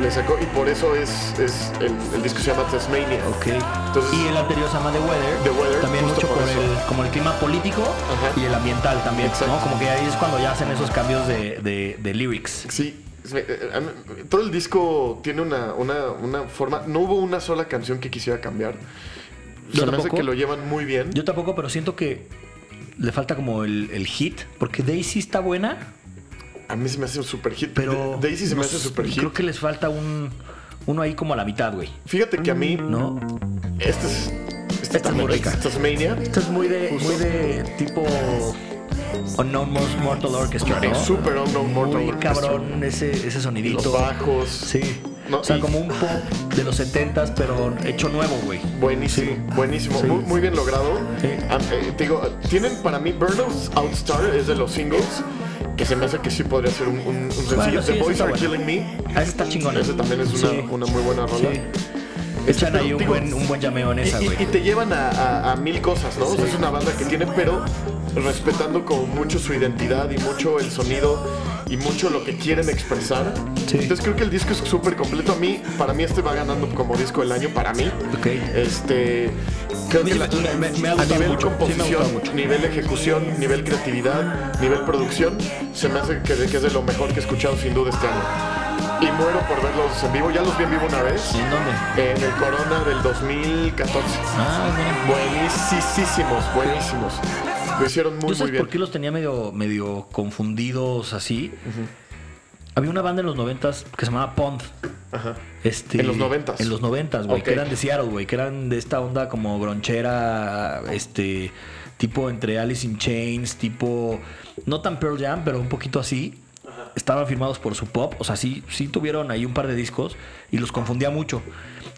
le sacó y por eso es, es el, el disco se llama Tasmania.
Ok.
Entonces-
y el anterior se llama The Weather.
The Weather,
también
justo
mucho
por
por
eso.
el, como el clima político
Ajá.
y el ambiental también,
Exacto.
¿no? Como que ahí es cuando ya hacen esos cambios de, de- de lyrics.
Sí, es- eh, eh, a mí- todo el disco tiene una, una, una forma, no hubo una sola canción que quisiera cambiar.
Yo
Se me hace
tampoco.
que lo llevan muy bien.
Yo tampoco, pero siento que le falta como el, el hit, porque Daisy está buena,
A mí se me hace un super hit.
pero...
Da- Daisy se me
no
hace
s-
super hit.
Creo que les falta un, uno ahí como a la mitad, güey.
Fíjate que a mí,
¿No?
este es... Este
Mm. Esta es
también
muy
es
rica.
Tasmania.
Esto es muy de, muy de tipo... Unknown Mor- Mortal Orchestra, ¿no?
Super Unknown Mortal
Muy
Orchestra.
cabrón ese, ese sonidito.
Los bajos.
Sí.
No,
o sea,
y-
como un pop de los 70s, pero hecho nuevo, güey.
Buenísimo, buenísimo,
Sí.
muy, muy bien logrado.
Sí.
Am- eh, te digo, tienen para mí Burnout Outstar es de los singles que se me hace que sí podría ser un, un- un sencillo.
Bueno, sí,
The
esa
Boys
está
Are
buena.
Killing Me.
Ah, esa está chingona.
Ese también es una,
Sí.
una muy buena rola.
Sí.
Este,
Echan
pero,
ahí un
digo,
buen, un buen llameo en esa,
y-
güey.
y, y te llevan a, a- a mil cosas, ¿no? O sea, es una banda que tiene, pero respetando como mucho su identidad y mucho el sonido y mucho lo que quieren expresar.
Sí.
Entonces creo que el disco es súper completo. A mí, para mí este va ganando como disco del año, para mí.
Ok.
Este, Creo que
Sí,
la-
me- me- me ha
a
gustado
nivel
mucho, sí me ha
composición,
gustado mucho.
nivel ejecución, nivel creatividad, nivel producción, se me hace que, que es de lo mejor que he escuchado sin duda este año. Y muero por verlos en vivo. Ya los vi en vivo una vez.
¿En dónde?
En el Corona del 2014.
Ah, mira.
Buenísimos, buenísimos. Lo hicieron muy,
¿Yo
muy
sabes
bien.
por qué los tenía medio, medio confundidos así? Había una banda en los noventas que se llamaba Pond.
Ajá.
Este,
En los noventas.
En los noventas, güey.
Ok.
Que eran de Seattle, güey. Que eran de esta onda como bronchera, este, tipo entre Alice in Chains, tipo, no tan Pearl Jam, pero un poquito así. Estaban firmados por su pop, o sea, sí, sí tuvieron ahí un par de discos y los confundía mucho.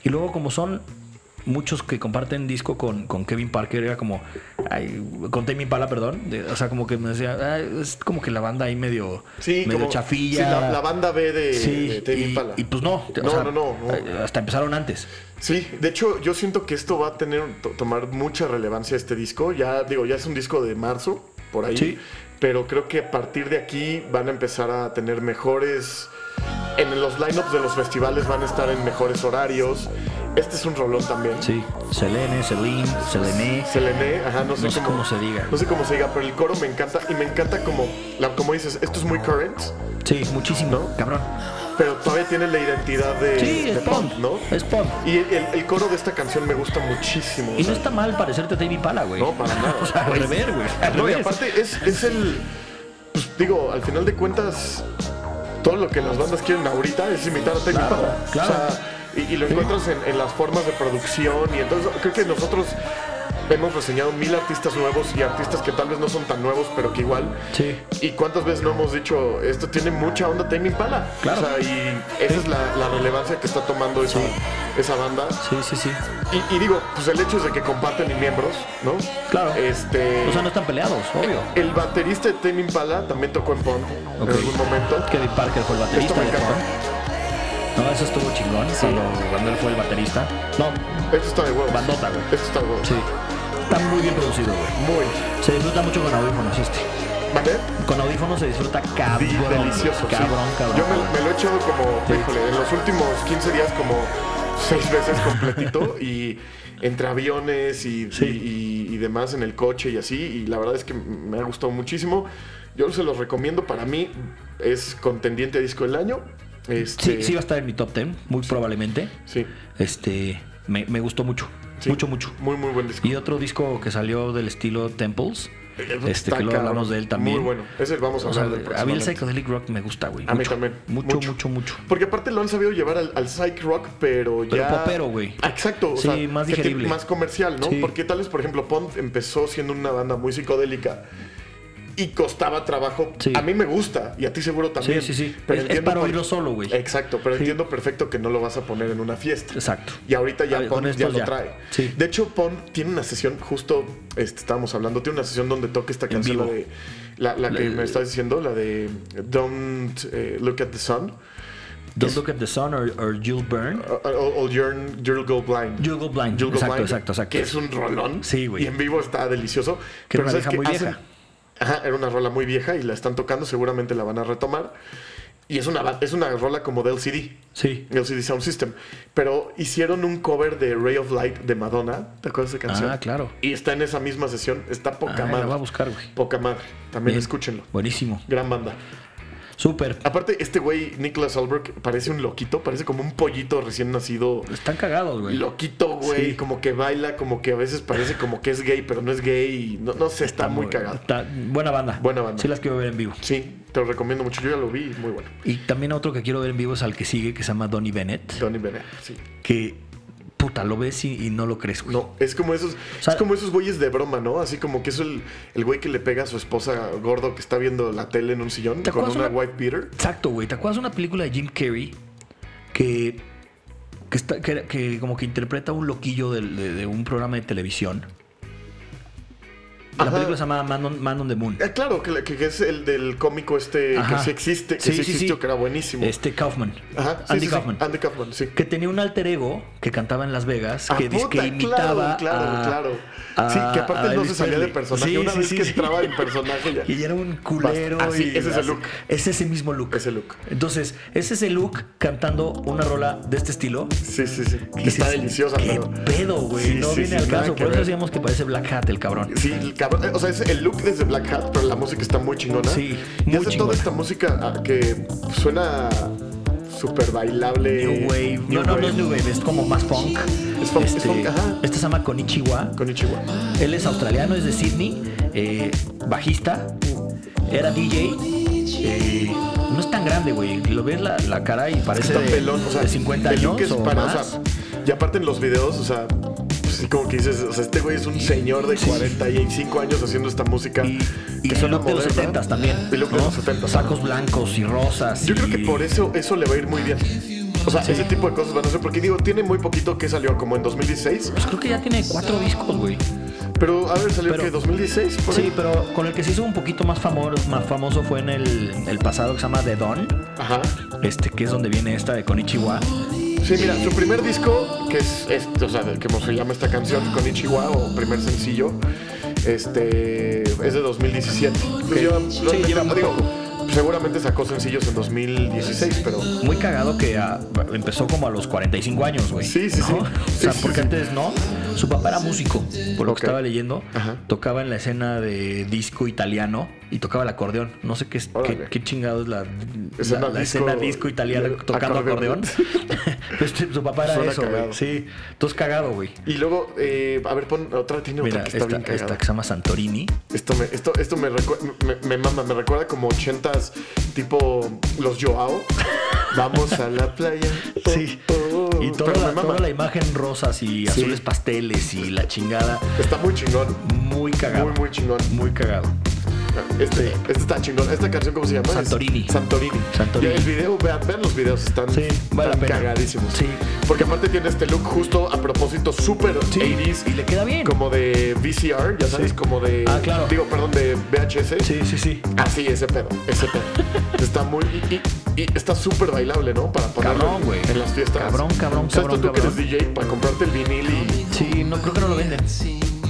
Y luego como son muchos que comparten disco con, con Kevin Parker, era como, ay, con Tame Impala, perdón, de- o sea, como que me decía, "Ay, es como que la banda ahí medio,
Sí,
medio
como-
chafilla.
sí, la, la banda B de,
Sí,
de Tame
y,
Impala.
y pues no. o
No,
sea,
no, no, no.
eh, Hasta empezaron antes.
Sí, de hecho yo siento que esto va a tener to- tomar mucha relevancia este disco. Ya digo, ya es un disco de marzo por ahí,
Sí.
pero creo que a partir de aquí van a empezar a tener mejores en los lineups de los festivales van a estar en mejores horarios. Este es un rolón también.
Sí. Selene, Celine, Selene.
Selene, ajá, no sé,
No sé cómo se diga.
No sé cómo se diga, pero el coro me encanta y me encanta como la- como dices, esto es muy current,
Sí, muchísimo. Cabrón.
pero todavía tiene la identidad de,
Sí, es
Eh, de
punk,
¿no?
Es punk.
Y el, el- el coro de esta canción me gusta muchísimo. o
Y
sea,
no está mal parecerte a Tame Impala, güey.
No, para nada.
<laughs>
Pues,
o sea, al revés, güey. Al
No, y
revés.
aparte es, es el. pues, digo, al final de cuentas, todo lo que las bandas quieren ahorita es imitar a Tame
Claro,
Impala.
claro.
O sea, y, y lo encuentras en, en las formas de producción. Y entonces, creo que nosotros hemos reseñado mil artistas nuevos y artistas que tal vez no son tan nuevos, pero que igual.
Sí.
¿Y cuántas veces no hemos dicho esto tiene mucha onda Tame Impala?
Claro.
O sea, y esa es la, la relevancia que está tomando esa, esa banda.
Sí, sí, sí.
Y, y digo, pues el hecho es de que comparten miembros, ¿no?
Claro.
Este.
O sea, no están peleados, obvio.
El baterista de Tame Impala también tocó en Pond
Ok.
en algún momento.
Kevin Parker fue el
Esto
baterista
me
de
encanta.
Pond. No, eso estuvo chingón cuando, cuando él fue el baterista. No,
Esto está de huevos.
bandota, güey.
Esto está de huevos.
Sí. Está muy bien producido, güey.
Muy.
Se disfruta mucho con audífonos este.
¿Vale?
Con audífonos se disfruta
Di-
cabrón.
delicioso. sí.
Cabrón, cabrón.
Yo me,
cabrón.
me lo he echado como, híjole, en los últimos 15 días como seis veces
<laughs>
completito y entre aviones y,
Sí.
y- y- y demás en el coche y así. Y la verdad es que me ha gustado muchísimo. Yo se los recomiendo. Para mí es contendiente a disco del año. Este,
Sí, sí va a estar en mi top 10, muy probablemente.
sí.
Este, me, me gustó mucho,
Sí.
mucho, mucho.
Muy, muy buen disco.
Y otro disco que salió del estilo Temples, este,
Está
que luego
cabrón.
hablamos de él también.
Muy bueno. Ese vamos a
O sea,
hablar del
a mí el
próximamente.
psychedelic rock me gusta, güey.
A mí
mucho,
también.
Mucho,
Mucho.
mucho, mucho.
Porque aparte lo han sabido llevar al, al psych rock, pero,
Pero
ya.
popero, güey.
Ah, Exacto. o
Sí,
sea,
más
que tiene-
digerible.
Más comercial, ¿no?
Sí.
Porque tal vez, por ejemplo, Pond empezó siendo una banda muy psicodélica y costaba trabajo.
Sí.
A mí me gusta y a ti seguro también.
Sí, sí, sí.
Pero
Es- es
entiendo
para
por-
oírlo solo, güey.
Exacto, pero
Sí.
entiendo perfecto que no lo vas a poner en una fiesta.
Exacto.
Y ahorita ya
A ver,
Pond
con
ya
estos
lo
ya.
trae.
Sí.
De hecho, Pond tiene una sesión, justo este, estábamos hablando, tiene una sesión donde toca esta canción, la,
vivo.
de- la- la que me estás diciendo, la de Don't eh, Look at the Sun,
Don't Look at the Sun or, or You'll Burn.
o, o- o Yearn- You'll Go Blind.
You'll Go Blind.
You'll Go
exacto,
Blind,
exacto, exacto.
Que es un rolón.
Sí, güey.
Y en vivo está delicioso.
Que era una
¿sabes
vieja
qué?
muy
Hacen-
vieja.
Ajá, era una rola muy vieja y la están tocando, seguramente la van a retomar. Y es una, ba- es una rola como de LCD.
Sí.
LCD Sound System. Pero hicieron un cover de Ray of Light de Madonna. ¿Te acuerdas de esa canción?
Ah, claro.
Y está en esa misma sesión. Está
Ah,
poca
la
madre.
voy a buscar, güey.
Poca madre. También
Bien.
escúchenlo.
Buenísimo.
Gran banda.
Súper.
Aparte, este güey, Nicholas Albrook, parece un loquito. Parece como un pollito recién nacido.
Están cagados, güey.
Loquito, güey.
Sí.
Como que baila, como que a veces parece como que es gay, pero no es gay. y no, no sé, está, muy cagado.
Está- buena banda.
Buena banda.
Sí las quiero ver en vivo.
Sí, te lo recomiendo mucho. Yo ya lo vi, muy bueno.
Y también otro que quiero ver en vivo es al que sigue, que se llama Donny Bennett.
Donny Bennett, sí.
que puta, lo ves y, y no lo crees, güey.
No, es como esos,
sea-
es como esos güeyes de broma, ¿no? Así como que es el, el güey que le pega a su esposa gordo que está viendo la tele en un sillón
¿Te
con
acuerdas
una
una-
white beater.
Exacto, güey. ¿Te acuerdas de una película de Jim Carrey que, que, está, que, era- que como que interpreta a un loquillo del- de, de un programa de televisión? La
Ajá.
película se llama Man on, Man on the Moon.
Eh, claro, que, que- que es el del cómico este
Ajá.
que sí existe, que sí,
Sí, sí, sí.
existió, que era buenísimo.
Este Kaufman.
Ajá, sí,
Andy
sí, sí.
Kaufman.
Andy Kaufman, sí.
Que tenía un alter ego que cantaba en Las Vegas,
Ah,
que
puta,
dizque imitaba.
Claro,
a-
claro.
a-
sí, que
a
aparte él no
Elvis
se salía de
Presley.
personaje.
Sí,
Una
sí,
vez
sí,
que
sí.
entraba en personaje ya.
<laughs> Y era un culero.
Basta. Así,
y-
ah, ese es el look.
Es ese mismo look.
Ese look.
Entonces, es ese look cantando una rola de este estilo.
Sí, sí, sí.
Y
Está
dices,
deliciosa,
¿Qué
pero.
pedo, güey?
Sí,
no
sí,
viene
sí,
al
nada
caso.
que
Por eso
ver.
decíamos que parece Black Hat el cabrón.
Sí, el cabrón, eh, o sea, es el look desde Black Hat, pero la música está muy chingona.
Sí,
Y
muy
hace
chingona.
toda esta música ah, que suena súper bailable.
New Wave. no, no, no es New Wave, es como más funk.
Es funk, es
este,
funk, ajá.
este se llama Konichiwa.
Con Ichiwa.
Él es australiano, es de Sydney, eh, bajista, era DJ. eh, no es tan grande, güey. Lo ves la, la cara y parece
Está
de,
pelón, o sea,
de 50
el look
años
es
o
para- o
más.
sea, y aparte en los videos, o sea, pues sí como que dices, o sea, este güey es un señor de 45 años haciendo esta música
y y
que
el
suena
look de los
moderna.
70 también.
El look de
¿no?
los 70.
Sacos blancos y rosas.
Yo creo que
y-
por eso eso le va a ir muy bien. O sea,
Sí.
ese tipo de cosas van a ser porque digo, tiene muy poquito que salió como en 2016,
Pues creo que ya tiene cuatro discos, güey.
pero a ver, salió
Pero-
que 2016 por
Sí,
ahí.
pero con el que se hizo un poquito más famoso, más famoso fue en el, el pasado que se llama The Don,
Ajá.
este, que es donde viene esta de Konichiwa.
Sí, mira, su primer disco, que es, es- o sea, del que se llama esta canción con Ichiwa o primer sencillo, este es de 2017. Entonces lleva, realmente,
lleva muy
digo,
poco.
seguramente sacó sencillos en 2016, pero
Muy cagado que ah, empezó como a los 45 años, güey.
Sí, sí,
¿no?
sí.
O sea,
Sí, sí,
porque
sí.
antes no. Su papá era músico, por lo
Ok.
que estaba leyendo.
Ajá.
Tocaba en la escena de disco italiano y tocaba el acordeón. No sé qué, es-
Órale.
qué, qué chingado es la,
Escena
la- la
disco-
escena disco italiana
de-
tocando
acordeón.
acordeón.
<laughs>
<laughs> Pues, su papá era
Suena
eso, güey.
cagado.
Sí. Entonces cagado, güey.
y luego eh, a ver, pon otra tiene
Mira,
otra que está
esta,
bien cagada.
esta que se llama Santorini.
Esto me, esto, esto me, recu- me, me mama, me recuerda como ochentas, tipo los Joao. Vamos a la playa. Oh,
Sí.
oh, oh.
Y toda,
Pero me
la,
mama.
toda la imagen rosas y azules pasteles y la chingada.
Está muy chingón.
Muy cagado.
Muy, muy chingón.
Muy cagado.
Este, este está chingón. ¿Esta canción cómo se llama?
Santorini.
Santorini.
Santorini.
Y el video, vean, vean los videos, están,
Sí,
están
vale la pena.
cagadísimos.
Sí.
Porque aparte tiene este look justo a propósito súper
Sí,
80s.
y le queda bien.
Como de VCR, ya sabes,
Sí.
como de.
Ah, claro.
Digo, perdón, de VHS.
Sí, sí, sí.
Así, ese pedo, ese
<laughs>
pedo. está muy. Y, y- y está súper bailable, ¿no? Para ponerlo
Cabrón,
en-
güey.
en las fiestas.
Cabrón, cabrón,
O sea,
cabrón,
esto tú que eres
cabrón.
DJ para comprarte el vinil y.
Sí, no creo que no lo venden.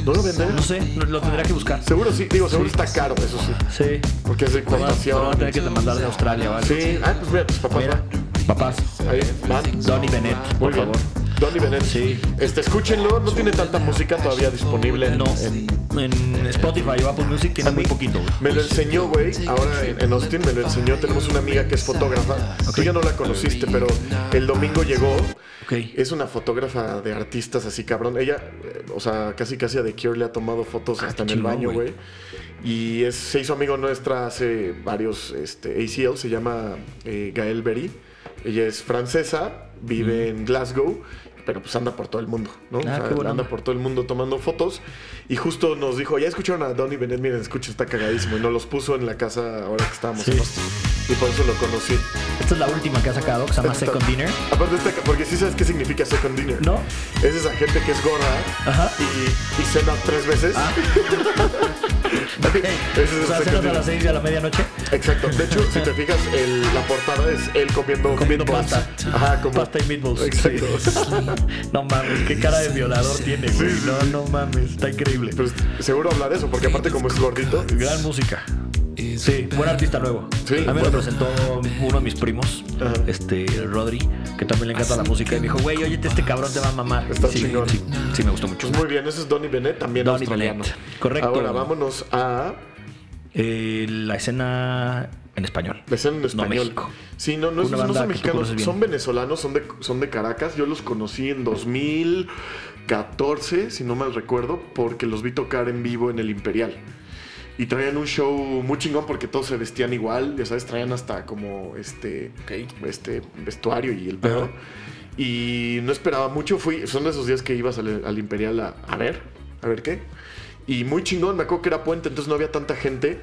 ¿No lo venden?
No sé, lo, lo tendría que buscar.
Seguro sí, digo, seguro
Sí.
está caro, eso sí.
Sí.
Porque es de
Lo van, lo van a
importación.
tener que demandar de Australia, ¿vale?
Sí, ah, pues mira, tus papás
Mira, papás,
van. Ahí van.
Donny Bennett,
Ah,
por
bien.
favor.
Donny Bennett.
Sí.
Este, escúchenlo, no tiene tanta música todavía disponible.
No, en Spotify o Apple Music
Ah,
tiene muy poquito, güey.
Me lo enseñó, güey. Ahora en en Austin me lo enseñó. Tenemos una amiga que es fotógrafa. Tú ya no la conociste, pero el domingo llegó.
Ok.
Es una fotógrafa de artistas así, cabrón. Ella, eh, o sea, casi casi a The Cure le ha tomado fotos
Ah,
hasta en el
chingón,
baño,
güey.
güey. Y es, se hizo amigo nuestra hace varios este, ACL. Se llama eh, Gael Berry. Ella es francesa, vive en Glasgow. Pero pues anda por todo el mundo, ¿no?
Ah,
O sea,
qué buena
anda
onda.
por todo el mundo tomando fotos. Y justo nos dijo, ya escucharon a Donny Bennett, miren, escucha, está cagadísimo. Y nos los puso en la casa ahora que estábamos en Austin. Y por eso lo conocí.
Esta es la última que ha sacado, que se llama
Está-
Second Dinner.
Aparte está, porque sí sabes qué significa second dinner.
No.
Es esa gente que es gorda
Ajá.
y, y cena tres veces. <laughs>
Ah.
Ese es el
o sea,
Second
cenas a
Dinner.
las 6 de la medianoche.
Exacto. De hecho, si te fijas, el- la portada es él comiendo,
Comiendo
meatballs.
pasta.
Ajá, como
Pasta y meatballs.
Exacto.
Sí. <laughs> No mames, qué cara de violador tiene, güey.
Sí, sí,
No,
sí.
no mames, está increíble.
Pero pues, seguro habla de eso, porque aparte como es gordito.
Gran música. Sí, buen artista nuevo.
Sí,
a mí
bueno.
me lo presentó uno de mis primos,
Ajá. Ah,
este Rodri, que también le encanta la música. Y me dijo, güey, oye, este cabrón te va a mamar.
Está
sí,
chingón.
Sí, sí, me gustó mucho.
Pues muy bien, ese es Donny Bennett, también
Donny
australiano.
Bennett, correcto.
Ahora vámonos a
Eh, la escena en español.
la escena en
No,
español.
México.
sí, no, no, es-
Una
no son
banda que tú
mexicanos,
conoces bien.
son venezolanos, son de, son de Caracas. Yo los conocí en 2014, si no mal recuerdo, porque los vi tocar en vivo en el Imperial. Y traían un show muy chingón porque todos se vestían igual, ya sabes, traían hasta como este,
Ok.
este vestuario y el pedo.
Ajá.
Y no esperaba mucho, fui, son de esos días que ibas al, al Imperial a, a ver, a ver qué. Y muy chingón, me acuerdo que era puente, entonces no había tanta gente.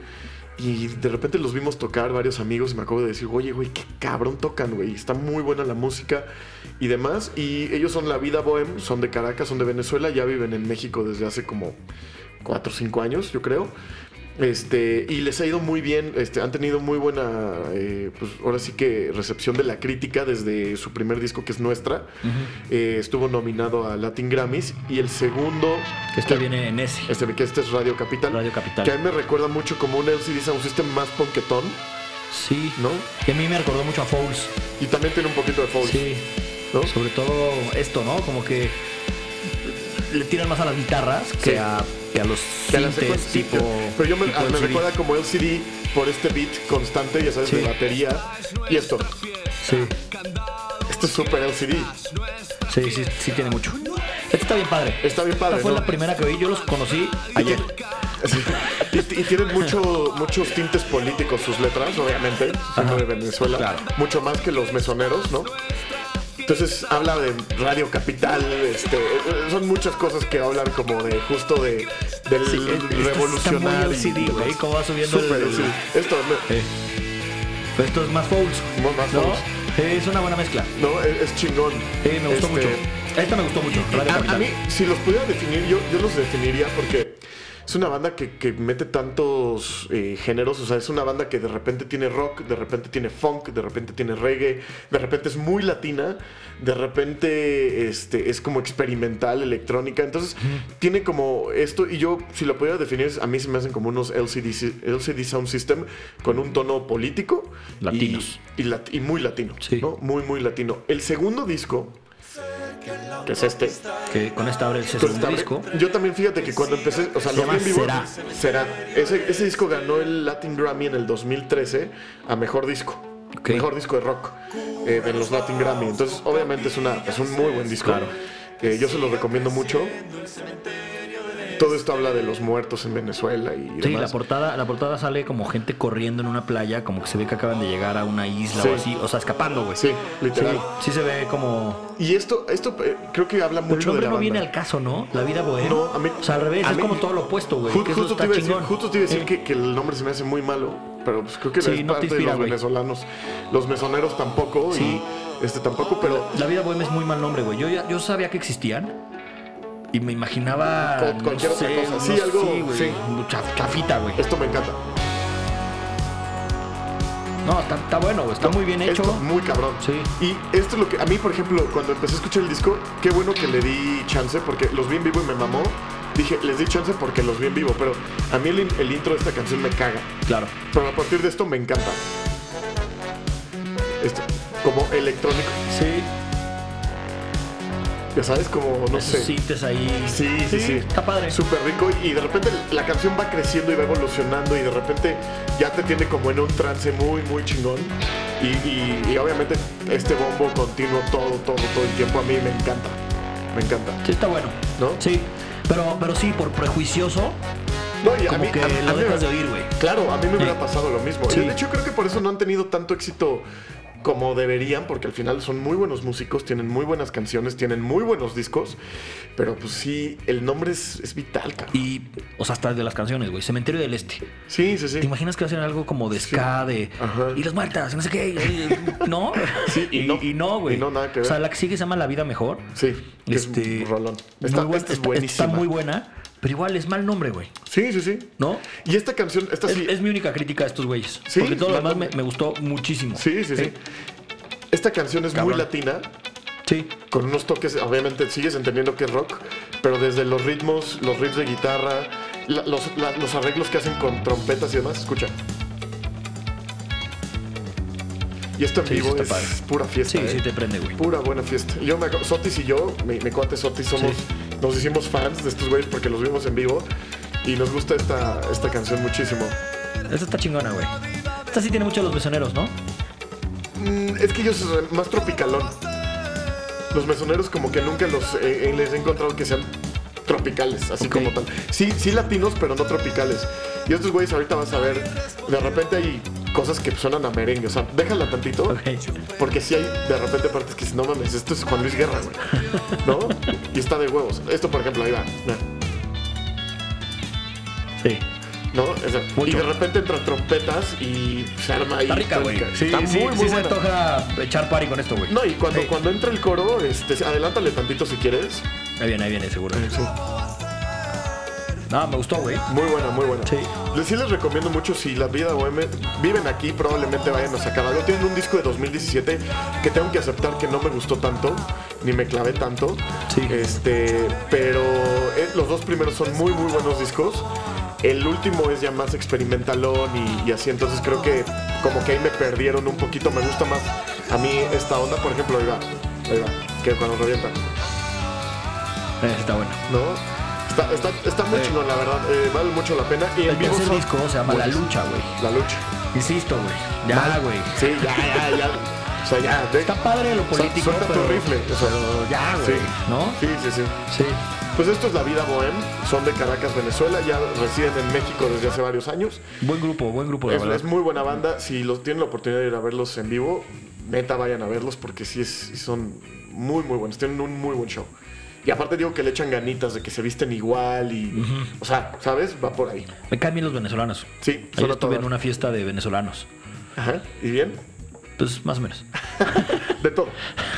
Y de repente los vimos tocar varios amigos y me acuerdo de decir, oye, güey, qué cabrón tocan, güey. Está muy buena la música y demás. Y ellos son La Vida Bohem, son de Caracas, son de Venezuela, ya viven en México desde hace como 4 o 5 años, yo creo. Este, y les ha ido muy bien, este, han tenido muy buena, eh, pues ahora sí que recepción de la crítica desde su primer disco que es nuestra. Eh, estuvo nominado a Latin Grammys y el segundo...
Este viene en ese.
Este, que este es Radio Capital.
Radio Capital.
Que a mí me recuerda mucho como un LCD Sound System más ponquetón,
Sí.
¿no?
Que a mí me recordó mucho a Fouls.
Y también tiene un poquito de folk,
Sí.
¿no?
Sobre todo esto, ¿no? Como que le tiran más a las guitarras que,
Sí.
a, que a los
Que a la
sintes
secuencia- sí,
tipo.
que- pero yo me,
tipo
a- me
LCD.
recuerda como LCD por este beat constante, ya sabes,
Sí.
de batería. Y esto,
Sí.
esto es súper LCD.
Sí, sí, sí tiene mucho. Este está bien padre.
Está bien padre,
Esta fue
¿no?
la primera que vi, yo los conocí ayer.
Sí. <laughs> Y, t- y tienen mucho, muchos tintes políticos sus letras, obviamente, siendo de Venezuela,
Claro.
mucho más que los mesoneros, ¿no? Entonces habla de Radio Capital, este, eh, son muchas cosas que hablan como de justo de, del
Sí, eh, esto está
revolucionario.
muy LCD, güey,
demás.
cómo va subiendo
Súper
el-
LCD. Esto, me-
Eh, pero esto es más Fouls.
Mo- más
¿no?
Fouls.
Eh, es una buena mezcla.
no, es, es chingón.
Eh, me gustó
Este,
mucho. Esta me gustó mucho. Radio
A- A,
Capital.
mí, si los pudiera definir, yo, yo los definiría porque es una banda que, que mete tantos eh, géneros. O sea, es una banda que de repente tiene rock, de repente tiene funk, de repente tiene reggae, de repente es muy latina, de repente este, es como experimental, electrónica. Entonces, tiene como esto. Y yo, si lo pudiera definir, a mí se me hacen como unos LCD, si- LCD Sound System con un tono político y-
Latinos.
Y, lat- y muy latino.
Sí.
¿no? Muy, muy latino. El segundo disco, que es este.
Que con esta abre el
Pues
segundo
también-
disco.
Yo también fíjate que cuando empecé, o sea,
Se
lo
llama
vi en vivo.
Será.
Será. Ese, ese disco ganó el Latin Grammy en el 2013 a mejor disco.
Ok.
Mejor disco de rock eh, en los Latin Grammy. Entonces, obviamente es una es un muy buen disco.
Claro.
Eh, yo se lo recomiendo mucho. Todo esto habla de los muertos en Venezuela y
Sí, la
demás.
portada, la portada sale como gente corriendo en una playa, como que se ve que acaban de llegar a una isla
Sí.
o así, o sea, escapando, güey.
Sí, literal.
Sí, sí se ve como.
Y esto esto eh, creo que habla
Pero el
mucho de
nombre
la
no
banda.
viene al caso, ¿no? La vida bohemia.
No, a mí-
o sea, al revés,
a
es
mí-
como todo lo opuesto, güey.
Ju-
que eso
justo, te
está
iba a decir,
chingón.
justo te iba a decir
Eh,
que, que el nombre se me hace muy malo, pero pues creo que
Sí,
es
no te
parte
inspira,
de los
güey.
venezolanos. Los mesoneros tampoco
Sí.
y este tampoco, pero
La vida bohemia es muy mal nombre, güey. Yo, ya- yo sabía que existían. Y me imaginaba.
Cual-
no
cualquier otra
sé,
cosa. Sí,
unos-
algo-
güey,
sí.
chaf- Chafita, güey.
esto me encanta.
No, está, está bueno, güey. Está muy bien hecho.
Esto, muy cabrón.
Sí.
Y esto es lo que a mí, por ejemplo, cuando empecé a escuchar el disco, qué bueno que le di chance porque los vi en vivo y me mamó. Dije, les di chance porque los vi en vivo, pero a mí el, in- el intro de esta canción me caga.
Claro.
Pero a partir de esto me encanta. Esto, como electrónico,
Sí.
ya sabes, como no
Esos
sé.
sintes ahí.
Sí, sí, sí.
Está padre.
Súper rico. Y de repente la canción va creciendo y va evolucionando. Y de repente ya te tiene como en un trance muy, muy chingón. Y, y- y obviamente este bombo continuo todo, todo, todo el tiempo a mí me encanta. Me encanta.
Sí, está bueno.
¿No?
Sí. Pero, pero sí, por prejuicioso,
No, y a
como
mí-
que
a- a
lo
mí me-
dejas de oír, güey.
Claro, a mí me hubiera
Sí.
pasado lo mismo.
Sí.
Y de hecho, creo que por eso no han tenido tanto éxito como deberían, porque al final son muy buenos músicos, tienen muy buenas canciones, tienen muy buenos discos. Pero pues sí, el nombre es, es vital, cabrón.
Y, o sea, hasta de las canciones, güey. Cementerio del Este.
Sí, sí, sí.
¿Te imaginas que hacen algo como de ska, de...
Ajá.
Y las muertas, no sé qué. y- y- ¿No?
<laughs> Sí, y no.
Y no, güey.
Y no, nada que
O sea,
ver.
la que sigue se llama La Vida Mejor.
Sí, que es
Este...
un rolón.
muy
Esta,
buena-
esta es
está-
buenísima.
Está muy buena, pero igual es mal nombre, güey.
Sí, sí, sí.
¿No?
Y esta canción, esta
Es,
sí.
es mi única crítica a estos güeyes.
Sí,
porque todo lo
mal
demás me,
nombre.
me gustó muchísimo.
sí, sí, sí.
Eh,
Esta canción es
Cabrón.
muy latina,
Sí.
con unos toques, obviamente sigues entendiendo que es rock, pero desde los ritmos, los riffs de guitarra, la- los, la- los arreglos que hacen con trompetas y demás, escucha. Y esto en
Sí, sí,
vivo
está
es
padre.
pura fiesta.
Sí,
¿eh?
sí te prende, güey.
Pura buena fiesta. Y Yo me, acu- Sotis y yo, mi, mi cuate Sotis, somos,
Sí.
nos hicimos fans de estos güeyes porque los vimos en vivo y nos gusta esta, esta canción muchísimo.
Esta está chingona, güey. Esta sí tiene mucho de los mesoneros, ¿no?
Mm, es que ellos son más tropicalón. Los mesoneros como que nunca los eh, eh, les he encontrado que sean tropicales, así
Ok.
como tal. Sí, sí latinos, pero no tropicales. Y estos güeyes ahorita vas a ver, de repente hay cosas que suenan a merengue, o sea, déjala tantito.
Ok.
Porque sí hay de repente partes que dices, no mames, esto es Juan Luis Guerra, güey. ¿No? Y está de huevos. Esto, por ejemplo, ahí va. mira,
Sí.
¿No? O sea, y
Mucho.
de repente entran trompetas y se arma ahí.
Está rica, güey.
Sí, está muy, muy
se
buena.
antoja echar party con esto, güey.
No, y cuando,
Sí.
cuando entra el coro, este, adelántale tantito si quieres.
Ahí viene, ahí viene, seguro.
Sí.
Ah, me gustó, güey.
Muy buena, muy buena.
Sí.
Les, sí les recomiendo mucho si la vida OM viven aquí, probablemente vayan a sacar algo. Tienen un disco de 2017 que tengo que aceptar que no me gustó tanto, ni me clavé tanto.
Sí.
Este, pero eh, los dos primeros son muy, muy buenos discos. El último es ya más experimentalón y, y así, entonces creo que como que ahí me perdieron un poquito. Me gusta más a mí esta onda, por ejemplo, ahí va, ahí va, que cuando revienta.
Eh, está bueno.
¿no? Está, está, está muy chingón, la verdad. eh, vale mucho la pena. Y en
El
vivo Pues.
tercer
son-
disco se llama La
Buenísimo.
Lucha, güey.
La lucha.
Insisto, güey. Ya, güey.
Sí, ya, ya, ya. O sea, ya. de-
Está padre lo político,
Suelta
pero-
tu rifle. o sea,
pero ya, güey,
sí.
¿no?
Sí, sí, sí.
Sí.
Pues esto es La Vida Bohem. Son de Caracas, Venezuela. Ya residen en México desde hace varios años.
Buen grupo, buen grupo, la
Es,
verdad.
es muy buena banda. Si los tienen la oportunidad de ir a verlos en vivo, neta vayan a verlos porque sí es, sí son muy, muy buenos. Tienen un muy buen show. Y aparte digo que le echan ganitas de que se visten igual y... O sea, ¿sabes? Va por ahí.
Me caen bien los venezolanos.
Sí,
Ayer
suena
estuve
todo.
en una fiesta de venezolanos.
Ajá. ¿Y bien?
Pues más
<laughs>
o menos.
De todo.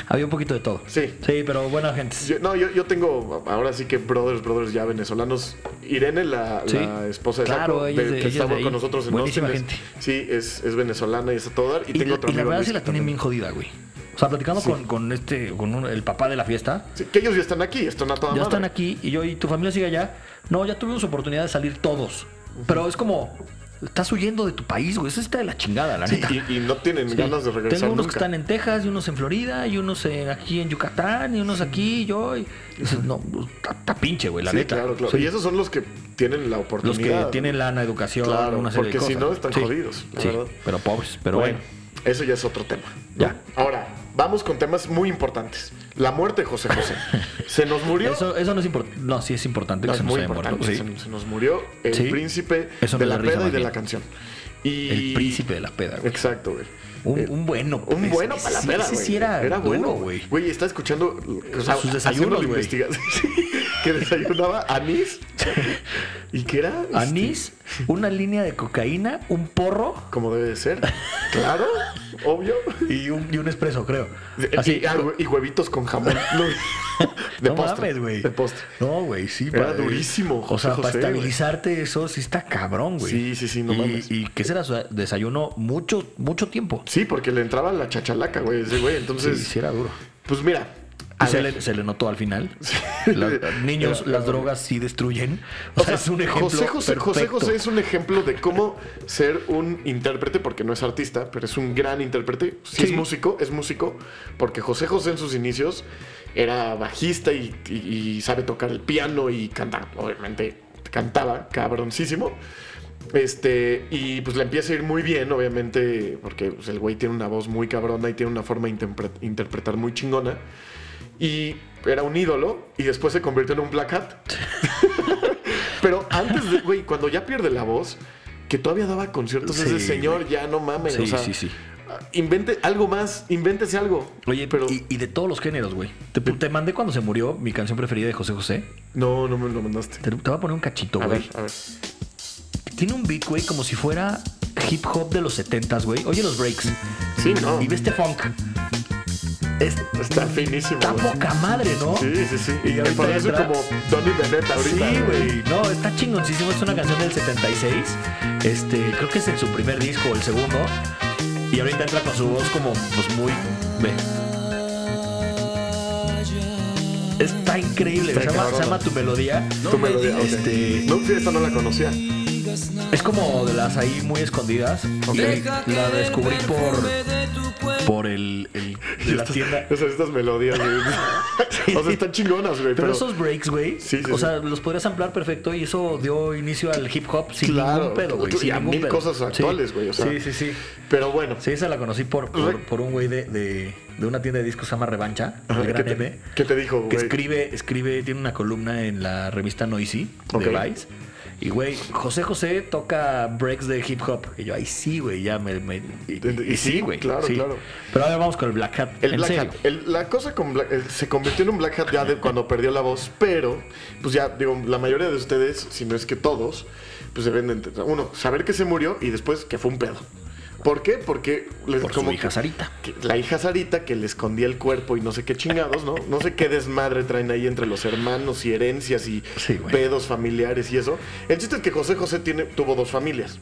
Había un poquito de todo.
Sí.
Sí, pero buena gente.
Yo- no, yo, yo tengo ahora sí que brothers, brothers ya venezolanos. Irene, la,
Sí.
la esposa de
Claro,
Saco,
ella es de-
que
ella es
estaba
de ahí.
con nosotros en
Buenísima
Austin, es-
gente.
Sí, es, es venezolana y es a todo dar. Y,
Y,
tengo
la-
otro
y la
amigo
verdad
Luis
se la
que
tienen
también-
bien jodida, güey. O sea, platicando con, con este, con un- el papá de la fiesta,
Sí, que ellos ya están aquí, están a toda
ya
madre.
están aquí y yo y tu familia sigue allá. No, ya tuvimos oportunidad de salir todos. Pero es como, estás huyendo de tu país, güey. Eso está de la chingada, la
Sí,
neta.
y, y no tienen
Sí.
ganas de regresar
Tengo unos
nunca.
que están en Texas y unos en Florida y unos en- aquí en Yucatán y unos aquí y yo. y- dices, no, está está pinche, güey, la
Sí,
neta.
claro, claro.
Sí.
Y esos son los que tienen la
Los
oportunidad.
que tienen lana, educación,
Claro,
una serie de
porque si
cosas.
no, están
Sí.
jodidos, la
Sí,
verdad.
pero pobres, pero bueno.
bueno, eso ya es otro tema. ¿no?
Ya.
Ahora, vamos con temas muy importantes. La muerte de José
<laughs>
José. Se nos murió.
Eso, eso no es importante. No, sí es importante
No, es
que se nos
muy
haya
importante.
muerto. Sí.
Se, se nos murió el
Sí.
príncipe
Eso
de
me da
la
risa
peda y
más
de
bien.
la canción. Y...
El príncipe de la peda, güey.
Exacto, güey. Eh,
Un, un bueno.
un
es-
bueno para la
sí,
peda,
Ese
güey.
sí era, duro,
bueno, Este
güey.
Güey, está escuchando o sea,
Sus desayunos,
haciendo la
güey.
investigación. <laughs> que desayunaba anís. ¿Y qué era? Este,
Anís, una línea de cocaína, un porro
como debe de ser. Claro, obvio.
y un, y un espresso, creo.
Así, y, ah, güey, y huevitos con jamón.
<laughs>
No, de
no
postre.
mames, güey.
De postre.
No, güey, sí.
Era
para-
durísimo,
O
José
sea, para
José,
estabilizarte eso sí está cabrón, güey.
Sí, sí, sí, no
y,
mames.
Y que será su desayuno mucho, mucho tiempo.
Sí, porque le entraba la chachalaca, güey. ese güey. Entonces,
sí, sí era duro.
pues mira.
Y
a
se
ver.
le, se le notó
<laughs>
al final. La- niños, las drogas sí destruyen. O, sea, es un ejemplo.
José José, José
perfecto.
José es un ejemplo de cómo ser un intérprete, porque no es artista, pero es un gran intérprete. Si es
Sí.
músico, es músico, porque José José en sus inicios era bajista y, y- y sabe tocar el piano y cantar. Obviamente cantaba cabroncísimo. Este, y pues le empieza a ir muy bien, obviamente, porque pues, el güey tiene una voz muy cabrona y tiene una forma de interpre- interpretar muy chingona. Y era un ídolo y después se convirtió en un black
<laughs>
hat. Pero antes de, güey, cuando ya pierde la voz, que todavía daba conciertos
Sí,
ese señor, ya no mames.
Sí,
o sea,
sí, sí.
Invente algo más, invéntese algo.
Oye, pero. Y, y de todos los géneros, güey. Te, te mandé cuando se murió mi canción preferida de José José.
No, no me lo mandaste.
Te, te voy a poner un cachito,
A ver,
güey.
a ver.
Tiene un beat, güey, como si fuera hip hop de los 70s, güey. Oye los breaks.
Sí, no.
Y ve este funk. Es-
Está finísimo.
está
güey.
poca madre, ¿no?
Sí, sí, sí.
Y
Y me
ahorita
parece
entra-
como Donny Bennett
Sí,
ahorita.
güey. No, está chingoncísimo. Es una canción del 76. Este, creo que es en su primer disco, el segundo. Y ahorita entra con su voz como, pues muy. Ve. Está increíble.
Está
se, llama, se
cabrona.
llama Tu Melodía.
Tu melodía, ok.
Este-
No, sí, esta no la conocía.
Es como de las ahí muy escondidas.
Ok.
Y la descubrí por. Por el. el- de la tienda.
O sea, estas melodías,
<laughs>
güey. O sea, están chingonas, güey.
Pero esos breaks, güey,
Sí, sí,
o
sí.
sea, los podrías ampliar perfecto y eso dio inicio al hip hop sin
Claro,
ningún pedo, güey.
y
sin
a
ningún
mil
pedo.
cosas
Sí.
actuales, güey, o sea.
sí, sí, sí.
Pero bueno.
Sí, esa la conocí por, por,
Re-
por un güey de, de, de una tienda de discos, se llama Revancha, el
¿Qué
gran
te,
M,
qué te dijo, güey?
que escribe, escribe, tiene una columna en la revista Noisy
Ok.
de Vice. Y, güey, José José toca breaks de hip hop. Y yo, ay, sí, güey, ya me... me- y,
Y sí, claro, claro.
Pero ahora vamos con el Black Hat.
El
en
Black
serio.
Hat. El- la cosa con Black- eh, se convirtió en un Black Hat ya de cuando perdió la voz, pero, pues ya, digo, la mayoría de ustedes, si no es que todos, pues deben de ent- uno, saber que se murió y después que fue un pedo. ¿Por qué? Porque les-
Por su hija
que-
Sarita.
que la hija Sarita que le escondía el cuerpo y no sé qué chingados, ¿no? No sé qué desmadre traen ahí entre los hermanos y herencias y
Sí, güey.
pedos familiares y eso. El chiste es que José José tiene, tuvo dos familias.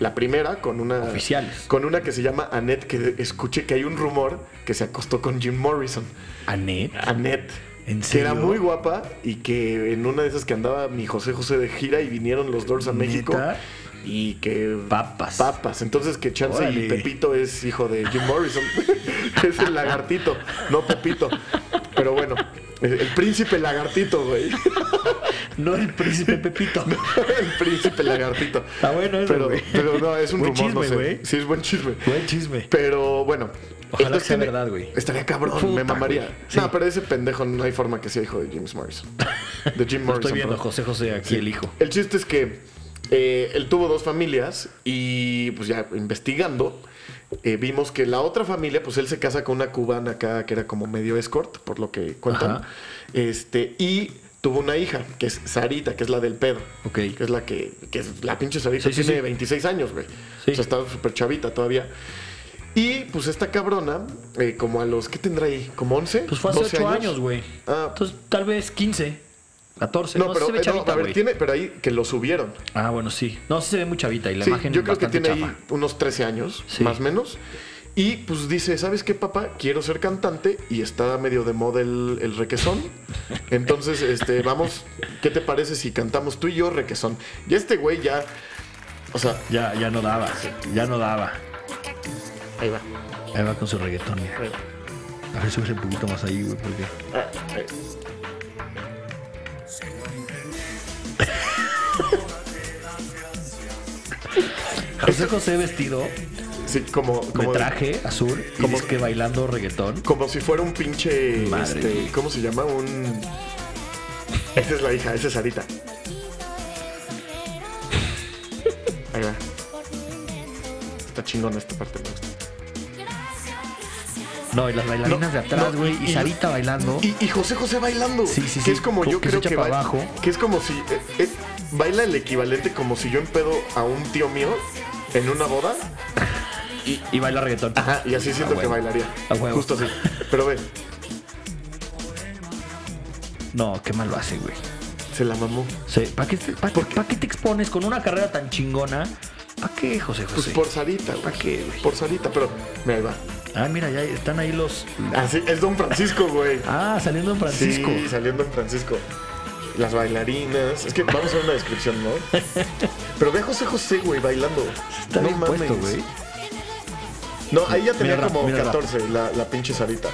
La primera con una
Oficiales.
con una que se llama Annette que escuché que hay un rumor que se acostó con Jim Morrison.
Anet.
Annette
¿En
que era
serio?
muy guapa y que en una de esas que andaba mi José José de gira y vinieron los Doors a
¿Neta?
México y que
Papas.
Papas. Entonces que Chance
Órale.
y Pepito es hijo de Jim Morrison. <laughs> es el lagartito, no Pepito. Pero bueno, el el príncipe lagartito, güey. <laughs>
No el príncipe <laughs> Pepito.
el príncipe lagartito.
Está bueno eso,
Pero,
güey.
pero no, es un
Buen
rumor, no
chisme,
sé.
güey.
Sí, es buen chisme.
Buen chisme.
Pero bueno.
Ojalá
entonces
que sea
tiene-
verdad, güey.
Estaría cabrón,
Puta,
me mamaría.
güey. Sí.
No, pero ese pendejo no hay forma que sea hijo de James
<laughs>
Morrison. De Jim
Lo
Morrison.
estoy viendo,
perdón.
José José, aquí
Sí.
el hijo.
El chiste es que eh, él tuvo dos familias y pues ya investigando eh, vimos que la otra familia, pues él se casa con una cubana acá que era como medio escort, por lo que cuentan.
Ajá.
Este, y tuvo una hija, que es Sarita, que es la del pedo.
Ok.
Que es la que, que es la pinche Sarita,
Sí, sí,
tiene
sí.
26 años, güey.
Sí.
O sea, está súper chavita todavía. Y pues esta cabrona, eh, como a los, ¿qué tendrá ahí? ¿Como 11?
Pues fue hace
12
8 años, güey.
Ah.
Entonces, tal vez 15, 14. No,
No, pero,
se ve
eh, no,
chavita,
a ver,
güey.
tiene, pero ahí que lo subieron.
Ah, bueno, sí. No, sí se ve muy chavita y la
Sí,
imagen
yo creo que
bastante
tiene ahí
chafa.
unos 13 años,
Sí.
más o menos. Y pues dice, ¿sabes qué, papá? Quiero ser cantante y está medio de moda el, el requesón. Entonces, este, vamos, ¿qué te parece si cantamos tú y yo requesón? Y este güey ya, o sea,
Ya, ya no daba, ya no daba.
ahí va.
Ahí va con su reggaetón, mira.
ahí va.
A ver, sube un poquito más ahí, güey, porque...
Ah, ahí.
José José vestido
Sí, como,
de
como,
traje azul y
como-
como que bailando reggaetón.
como si fuera un pinche,
Madre
este,
mía.
¿cómo se llama? Un... Esa es la hija, esa es Sarita. Ahí va. Está chingona esta parte, me gusta.
No, y las bailarinas
No,
de atrás,
no,
güey,
y-
y,
y-
Sarita bailando.
Y, y José José bailando.
Sí, sí,
que
sí.
es como
Como
yo
que se
creo
echa
que
para
ba-
abajo.
Que es como si. eh, eh, baila el equivalente como si yo empedo a un tío mío en una boda.
Y, y baila reggaetón.
Ajá. Y así siento
Ah,
que
huevo.
bailaría.
A huevo.
Justo así. Pero ve,
No, qué mal lo hace, güey.
se la mamó.
Sí, ¿Para qué, pa' qué- pa' qué te expones con una carrera tan chingona? ¿Para qué, José José?
Pues por Sarita, güey.
¿Para qué, güey?
Por Sarita, pero. Mira, ahí va.
Ah, mira, ya están ahí los...
Así, es Don Francisco, güey.
Ah, saliendo en Francisco.
Sí, saliendo en Francisco. Las bailarinas. Es que vamos a hacer una descripción,
<laughs>
¿no? Pero ve a José José, güey, bailando.
Está
no
bien
mames.
puesto, güey.
No, ahí ya tenía
Mira el rap,
como
mira el rap.
14, la, la pinche Sarita.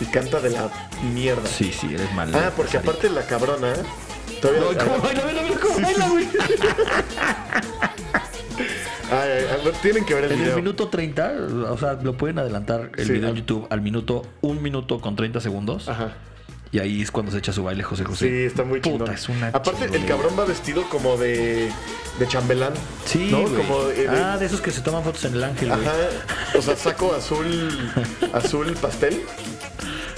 Y canta de la mierda.
Sí, sí, eres mal.
Ah, porque aparte la cabrona. ¿eh? Todavía
No, ¿Cómo baila? Mira, mira cómo baila, güey.
<laughs> Ay, ay, a ver, tienen que ver el
En el
video.
minuto 30, o sea, lo pueden adelantar el
Sí, ah.
video en
al-
YouTube al minuto, un minuto con 30 segundos.
Ajá.
Y ahí es cuando se echa su baile José José.
Sí, está muy
Puta,
chingón.
es una
Aparte, el
chingonería.
cabrón va vestido como de, de chambelán.
Sí,
¿no?
güey.
Como eh, de-
Ah, de esos que se toman fotos en el ángel, güey.
Ajá. O sea, saco azul, azul pastel.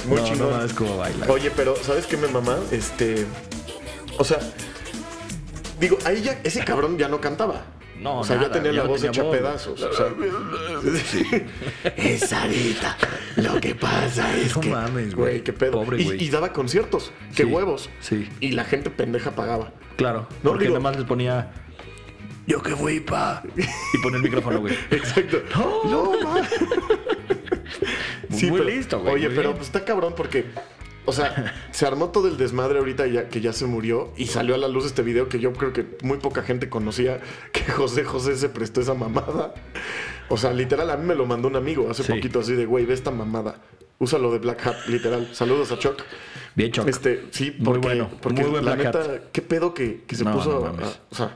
Muy
No, no
chingón.
mames cómo baila.
Oye, pero ¿sabes qué me mamá? Este, o sea, digo, ahí ya ese cabrón ya no cantaba.
No,
o sea, ya
nada,
tenía
ya
la
no
voz
tenía
hecha
voz.
pedazos. o sea. <laughs> es Sarita. Lo que pasa es
No
que,
mames, güey.
qué pedo.
Pobre
Y-
güey.
y, daba conciertos, qué
Sí,
huevos.
sí.
Y la gente pendeja pagaba. <laughs>
Claro.
No,
porque
digo-
nada más les ponía. Yo que fui, pa. Y pone el micrófono, güey.
Exacto.
No.
mames.
Muy listo, güey,
Oye,
muy
pero
bien.
pues, está cabrón porque. O sea, se armó todo el desmadre ahorita ya, que ya se murió y salió a la luz este video que yo creo que muy poca gente conocía <laughs> que José José se prestó esa mamada. O sea, literal, a mí me lo mandó un amigo hace
Sí.
poquito así de, güey, ve esta mamada. Úsalo de Black Hat, literal. Saludos a Chuck.
Bien choc.
Este, sí,
Muy
porque,
bueno,
porque
muy buen
la
Black Hat.
neta, qué pedo que, que se
No,
puso.
no
a-
mames.
o sea,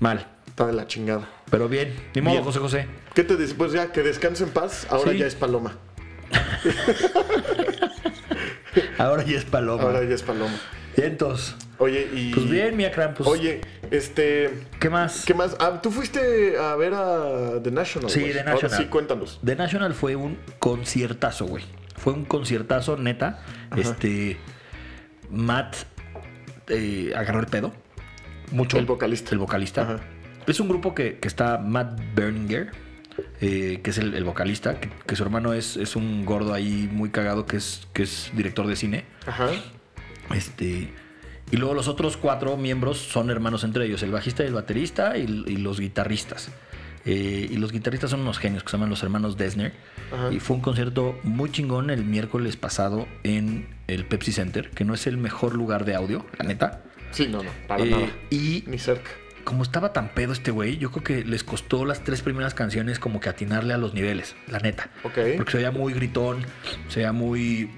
Mal.
está de la chingada.
Pero bien. Ni modo,
Bien.
José José.
¿Qué te dice? Pues ya, que descanse en paz. Ahora
Sí.
ya es Paloma.
Ahora ya es paloma.
Ahora ya es Paloma.
Y entonces.
Oye, y.
Pues bien, mi Akram, pues.
Oye, este.
¿Qué más?
¿Qué más? Ah, tú fuiste a ver a The National.
Sí,
güey.
The
Ahora
National.
sí, cuéntanos.
The National fue un conciertazo, güey. Fue un conciertazo, neta. Este. Matt eh, agarró el pedo. Mucho.
El vocalista.
El vocalista.
Ajá.
Es un grupo que, que está Matt Berninger, eh, que es el, el vocalista, que, que su hermano es, es un gordo ahí muy cagado que es, que es director de cine.
Ajá.
Este. Y luego los otros cuatro miembros son hermanos entre ellos, el bajista y el baterista y, y los guitarristas. Eh, y los guitarristas son unos genios que se llaman los hermanos Desner.
Ajá.
Y fue un concierto muy chingón el miércoles pasado en el Pepsi Center, que no es el mejor lugar de audio, la neta.
Sí, no, no, para
Eh,
nada.
y
Ni cerca.
como estaba tan pedo este güey, yo creo que les costó las tres primeras canciones como que atinarle a los niveles, la neta.
Ok.
Porque se veía muy gritón, se veía muy,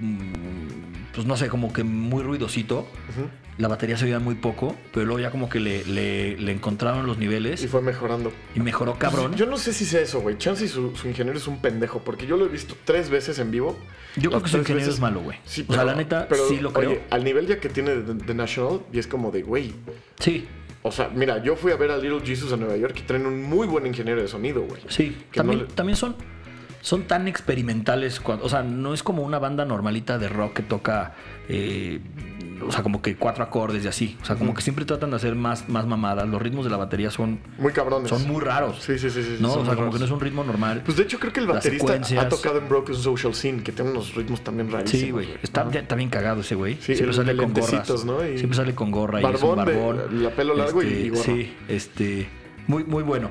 mm, pues no sé, como que muy ruidosito.
Ujú.
La batería se veía muy poco, pero luego ya como que le, le- le encontraron los niveles
Y fue mejorando.
y mejoró cabrón.
Yo no sé si sea eso, güey. Chance y su, su ingeniero es un pendejo, porque yo lo he visto tres veces en vivo.
Yo creo
Las
que su
tres
ingeniero
veces-
es malo, güey.
Sí,
O sea, la neta, sí lo creo.
Oye, al nivel ya que tiene The, The National, y es como de, güey.
Sí,
O sea, mira, yo fui a ver a Little Jesus a Nueva York y traen un muy buen ingeniero de sonido, güey.
sí.
Que
También,
no le-
también son, son tan experimentales. cuando- o sea, no es como una banda normalita de rock que toca, eh, o sea, como que cuatro acordes y así. O sea, como que siempre tratan de hacer más, más mamadas. Los ritmos de la batería son,
Muy cabrones.
son muy raros.
Sí, sí, sí, sí, sí,
No,
son
o
muy
sea, como que
raros.
no es un ritmo normal.
Pues de hecho creo que el
Las
baterista
secuencias.
ha tocado en Broken Social Scene, que tiene unos ritmos también rarísimos. Ah,
Sí, güey. Está,
Ajá.
ya- está bien cagado ese güey.
Sí,
siempre
el
sale
de
con gorras.
lentecitos, ¿no? Y-
Siempre sale con gorra y es un
Barbón de-
barbón.
la pelo largo y-
Este,
y gorra.
Sí, este. Muy, muy bueno.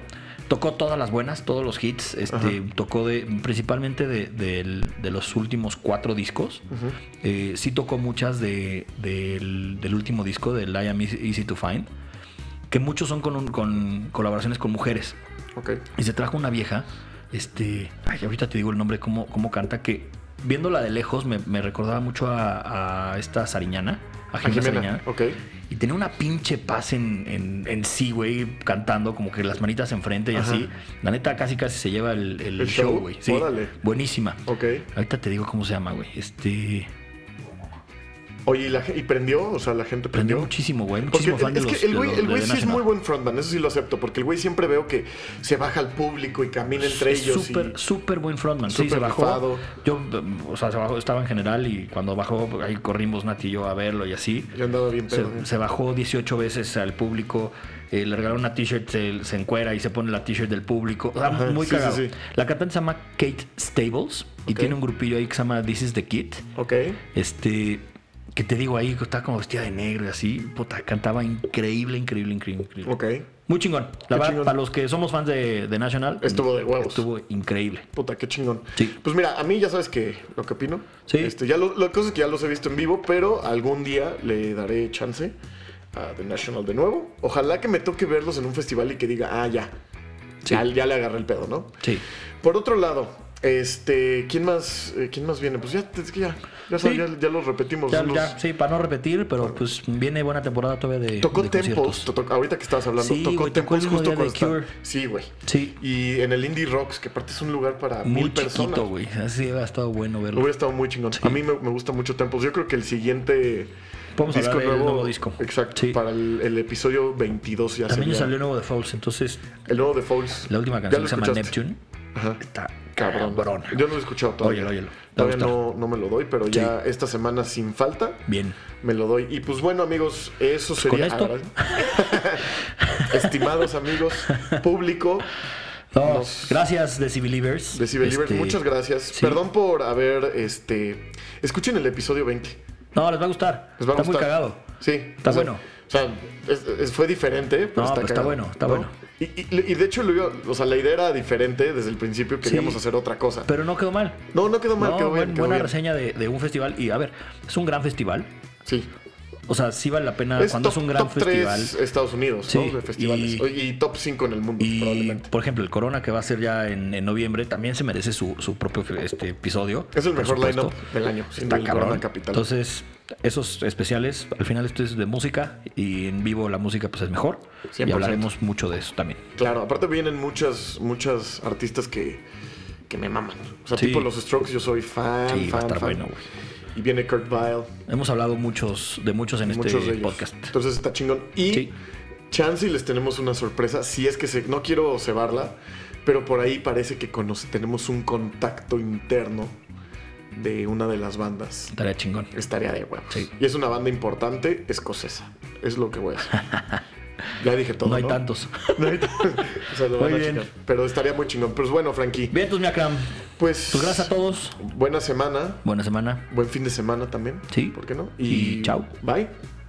Tocó todas las buenas, todos los hits. Este,
Ajá.
tocó de, principalmente de, del- de los últimos cuatro discos.
Ujú.
Eh, sí tocó muchas de- del, del último disco, del I Am Easy Easy to Find. Que muchos son con, un- con colaboraciones con mujeres.
Ok.
Y se trajo una vieja, este, ay, ahorita te digo el nombre, cómo, cómo canta, que viéndola de lejos me, me recordaba mucho a, a esta Sariñana, a
A
Jimena,
Jimena.
Sariñana.
Ok.
Y tenía una pinche paz en, en, en sí, güey, cantando, como que las manitas enfrente y
Ajá.
así. La neta casi casi se lleva el, el
¿El
show,
show?
güey. Sí,
Órale.
buenísima.
Ok.
Ahorita te digo cómo se llama, güey. Este,
Oye, ¿y, la ge- y prendió? O sea, la gente
prendió
prendió.
muchísimo, güey.
Porque
Muchísimo fan
es
de los-
que el
de
güey
los-
el
de
güey
The
sí es
National.
muy buen frontman, eso sí lo acepto, porque el güey siempre veo que se baja al público y camina entre
Es
ellos. y-
Súper, súper buen frontman. Sí,
Súper
se bajó.
rifado.
Yo, mm, o sea, se bajó, estaba en general y cuando bajó, ahí corrimos Nati y yo a verlo y así.
Yo andaba bien
Se,
pedo. ¿eh?
se bajó 18 veces al público, eh, le regalaron una t-shirt, se, se encuera y se pone la t-shirt del público. O sea,
Ajá,
muy
sí, sí,
cagado.
sí.
La cantante se llama Kate Stables y
Ok.
tiene un grupillo ahí que se llama This is the Kid.
Ok.
Este, que te digo ahí, que está como vestida de negro y así. Puta, cantaba increíble, increíble, increíble. increíble.
Ok.
Muy chingón. La verdad,
chingón.
para los que somos fans de, de National,
Estuvo de huevos.
estuvo increíble.
Puta, qué chingón.
Sí.
Pues mira, a mí ya sabes que lo que opino.
Sí.
Este, ya lo, la cosa es que ya los he visto en vivo, pero algún día le daré chance a The National de nuevo. Ojalá que me toque verlos en un festival y que diga, ah, ya.
Sí.
Ya, ya le agarré el pedo, ¿no?
Sí.
Por otro lado, este, ¿quién más, eh, quién más viene? Pues ya, es que ya, ya,
Sí.
sab- ya, ya los repetimos.
Ya,
los-
ya, sí, para no repetir, pero pues viene buena temporada todavía de.
Tocó
de
Tempos,
conciertos.
to- to- ahorita que estabas hablando,
Sí,
tocó
güey, tocó
Tempos
el mismo
justo
día
cuando
de
está-
Cure.
Sí, güey.
Sí.
Y en el Indie Rocks, que aparte es un lugar para
Muy
mil personas.
chiquito, güey. Así ha estado bueno verlo.
Hubiera estado muy chingón. A mí me, me gusta mucho Tempos. Yo creo que el siguiente
Podemos hablar del nuevo disco.
Exacto.
Sí.
Para el, el episodio 22 ya
También
sería
salió nuevo de Fouls, entonces
el nuevo de Falls.
la última canción que se llama Neptune
Ajá.
está
Cabrón.
cabrón.
Yo no lo he escuchado todavía.
Óyelo, óyelo. Te va a
Todavía
gustar.
no, no me lo doy, pero ya esta semana sin falta
Bien.
me lo doy. Y pues bueno, amigos, eso sería.
Pues con esto.
<laughs> Estimados amigos, público
No,
Nos-
Gracias, Decibelievers.
de Cibeliber,
Este,
muchas gracias.
sí.
Perdón por haber. este Escuchen el episodio 20.
No, les va a gustar.
Les va a
está muy
gustar.
cagado.
Sí.
Está
o sea,
bueno.
O sea, es- es- fue diferente, pero
No,
está,
pero está
cagado,
bueno, está
¿no?
bueno.
Y, y- y de hecho, lo iba- o sea, la idea era diferente desde el principio. Queríamos hacer otra cosa.
Pero no quedó mal.
no, no quedó mal,
No,
quedó
buen-
bien. quedó
buena
bien.
reseña de, de un festival. Y a ver, es un gran festival.
Sí.
O sea, sí vale la pena Ah, cuando es un gran
top
festival.
3 Estados Unidos,
Sí,
¿no? De festivales.
y-
O- Y, top 5 en el mundo,
Y,
probablemente.
por ejemplo, el Corona, que va a ser ya en, en noviembre, también se merece su, su propio este, episodio.
Es el
por
mejor
supuesto.
lineup del año, sin
Está
duda, el
cabrón.
Corona Capital.
Entonces, esos especiales, al final esto es de música y en vivo la música pues es mejor.
100%.
Y hablaremos mucho de eso también.
Claro, aparte vienen muchas, muchas artistas que, que me maman. O sea,
Sí.
tipo los Strokes, yo soy fan,
Sí, va
fan,
a estar
fan.
bueno, güey.
Y viene Kurt Vile,
Hemos hablado muchos de muchos en
muchos de
este
ellos.
podcast.
Entonces está chingón. Y
Sí.
chance y les tenemos una sorpresa, si es que se- no quiero cebarla, pero por ahí parece que conoce- tenemos un contacto interno de una de las bandas.
Estaría chingón.
Es tarea de huevos.
Sí. <laughs>
Y es una banda importante escocesa. Es lo que voy a hacer. Ya dije todo.
No hay tantos.
<laughs> No hay tantos. o sea, lo
Muy
van a
bien.
checar. Pero estaría muy chingón. Pues bueno, Frankie.
Bien, entonces, mi Akram.
Pues,
Pues gracias a todos.
Buena semana.
Buena semana.
Buen fin de semana también.
Sí.
¿Por qué no?
Y chao.
Bye.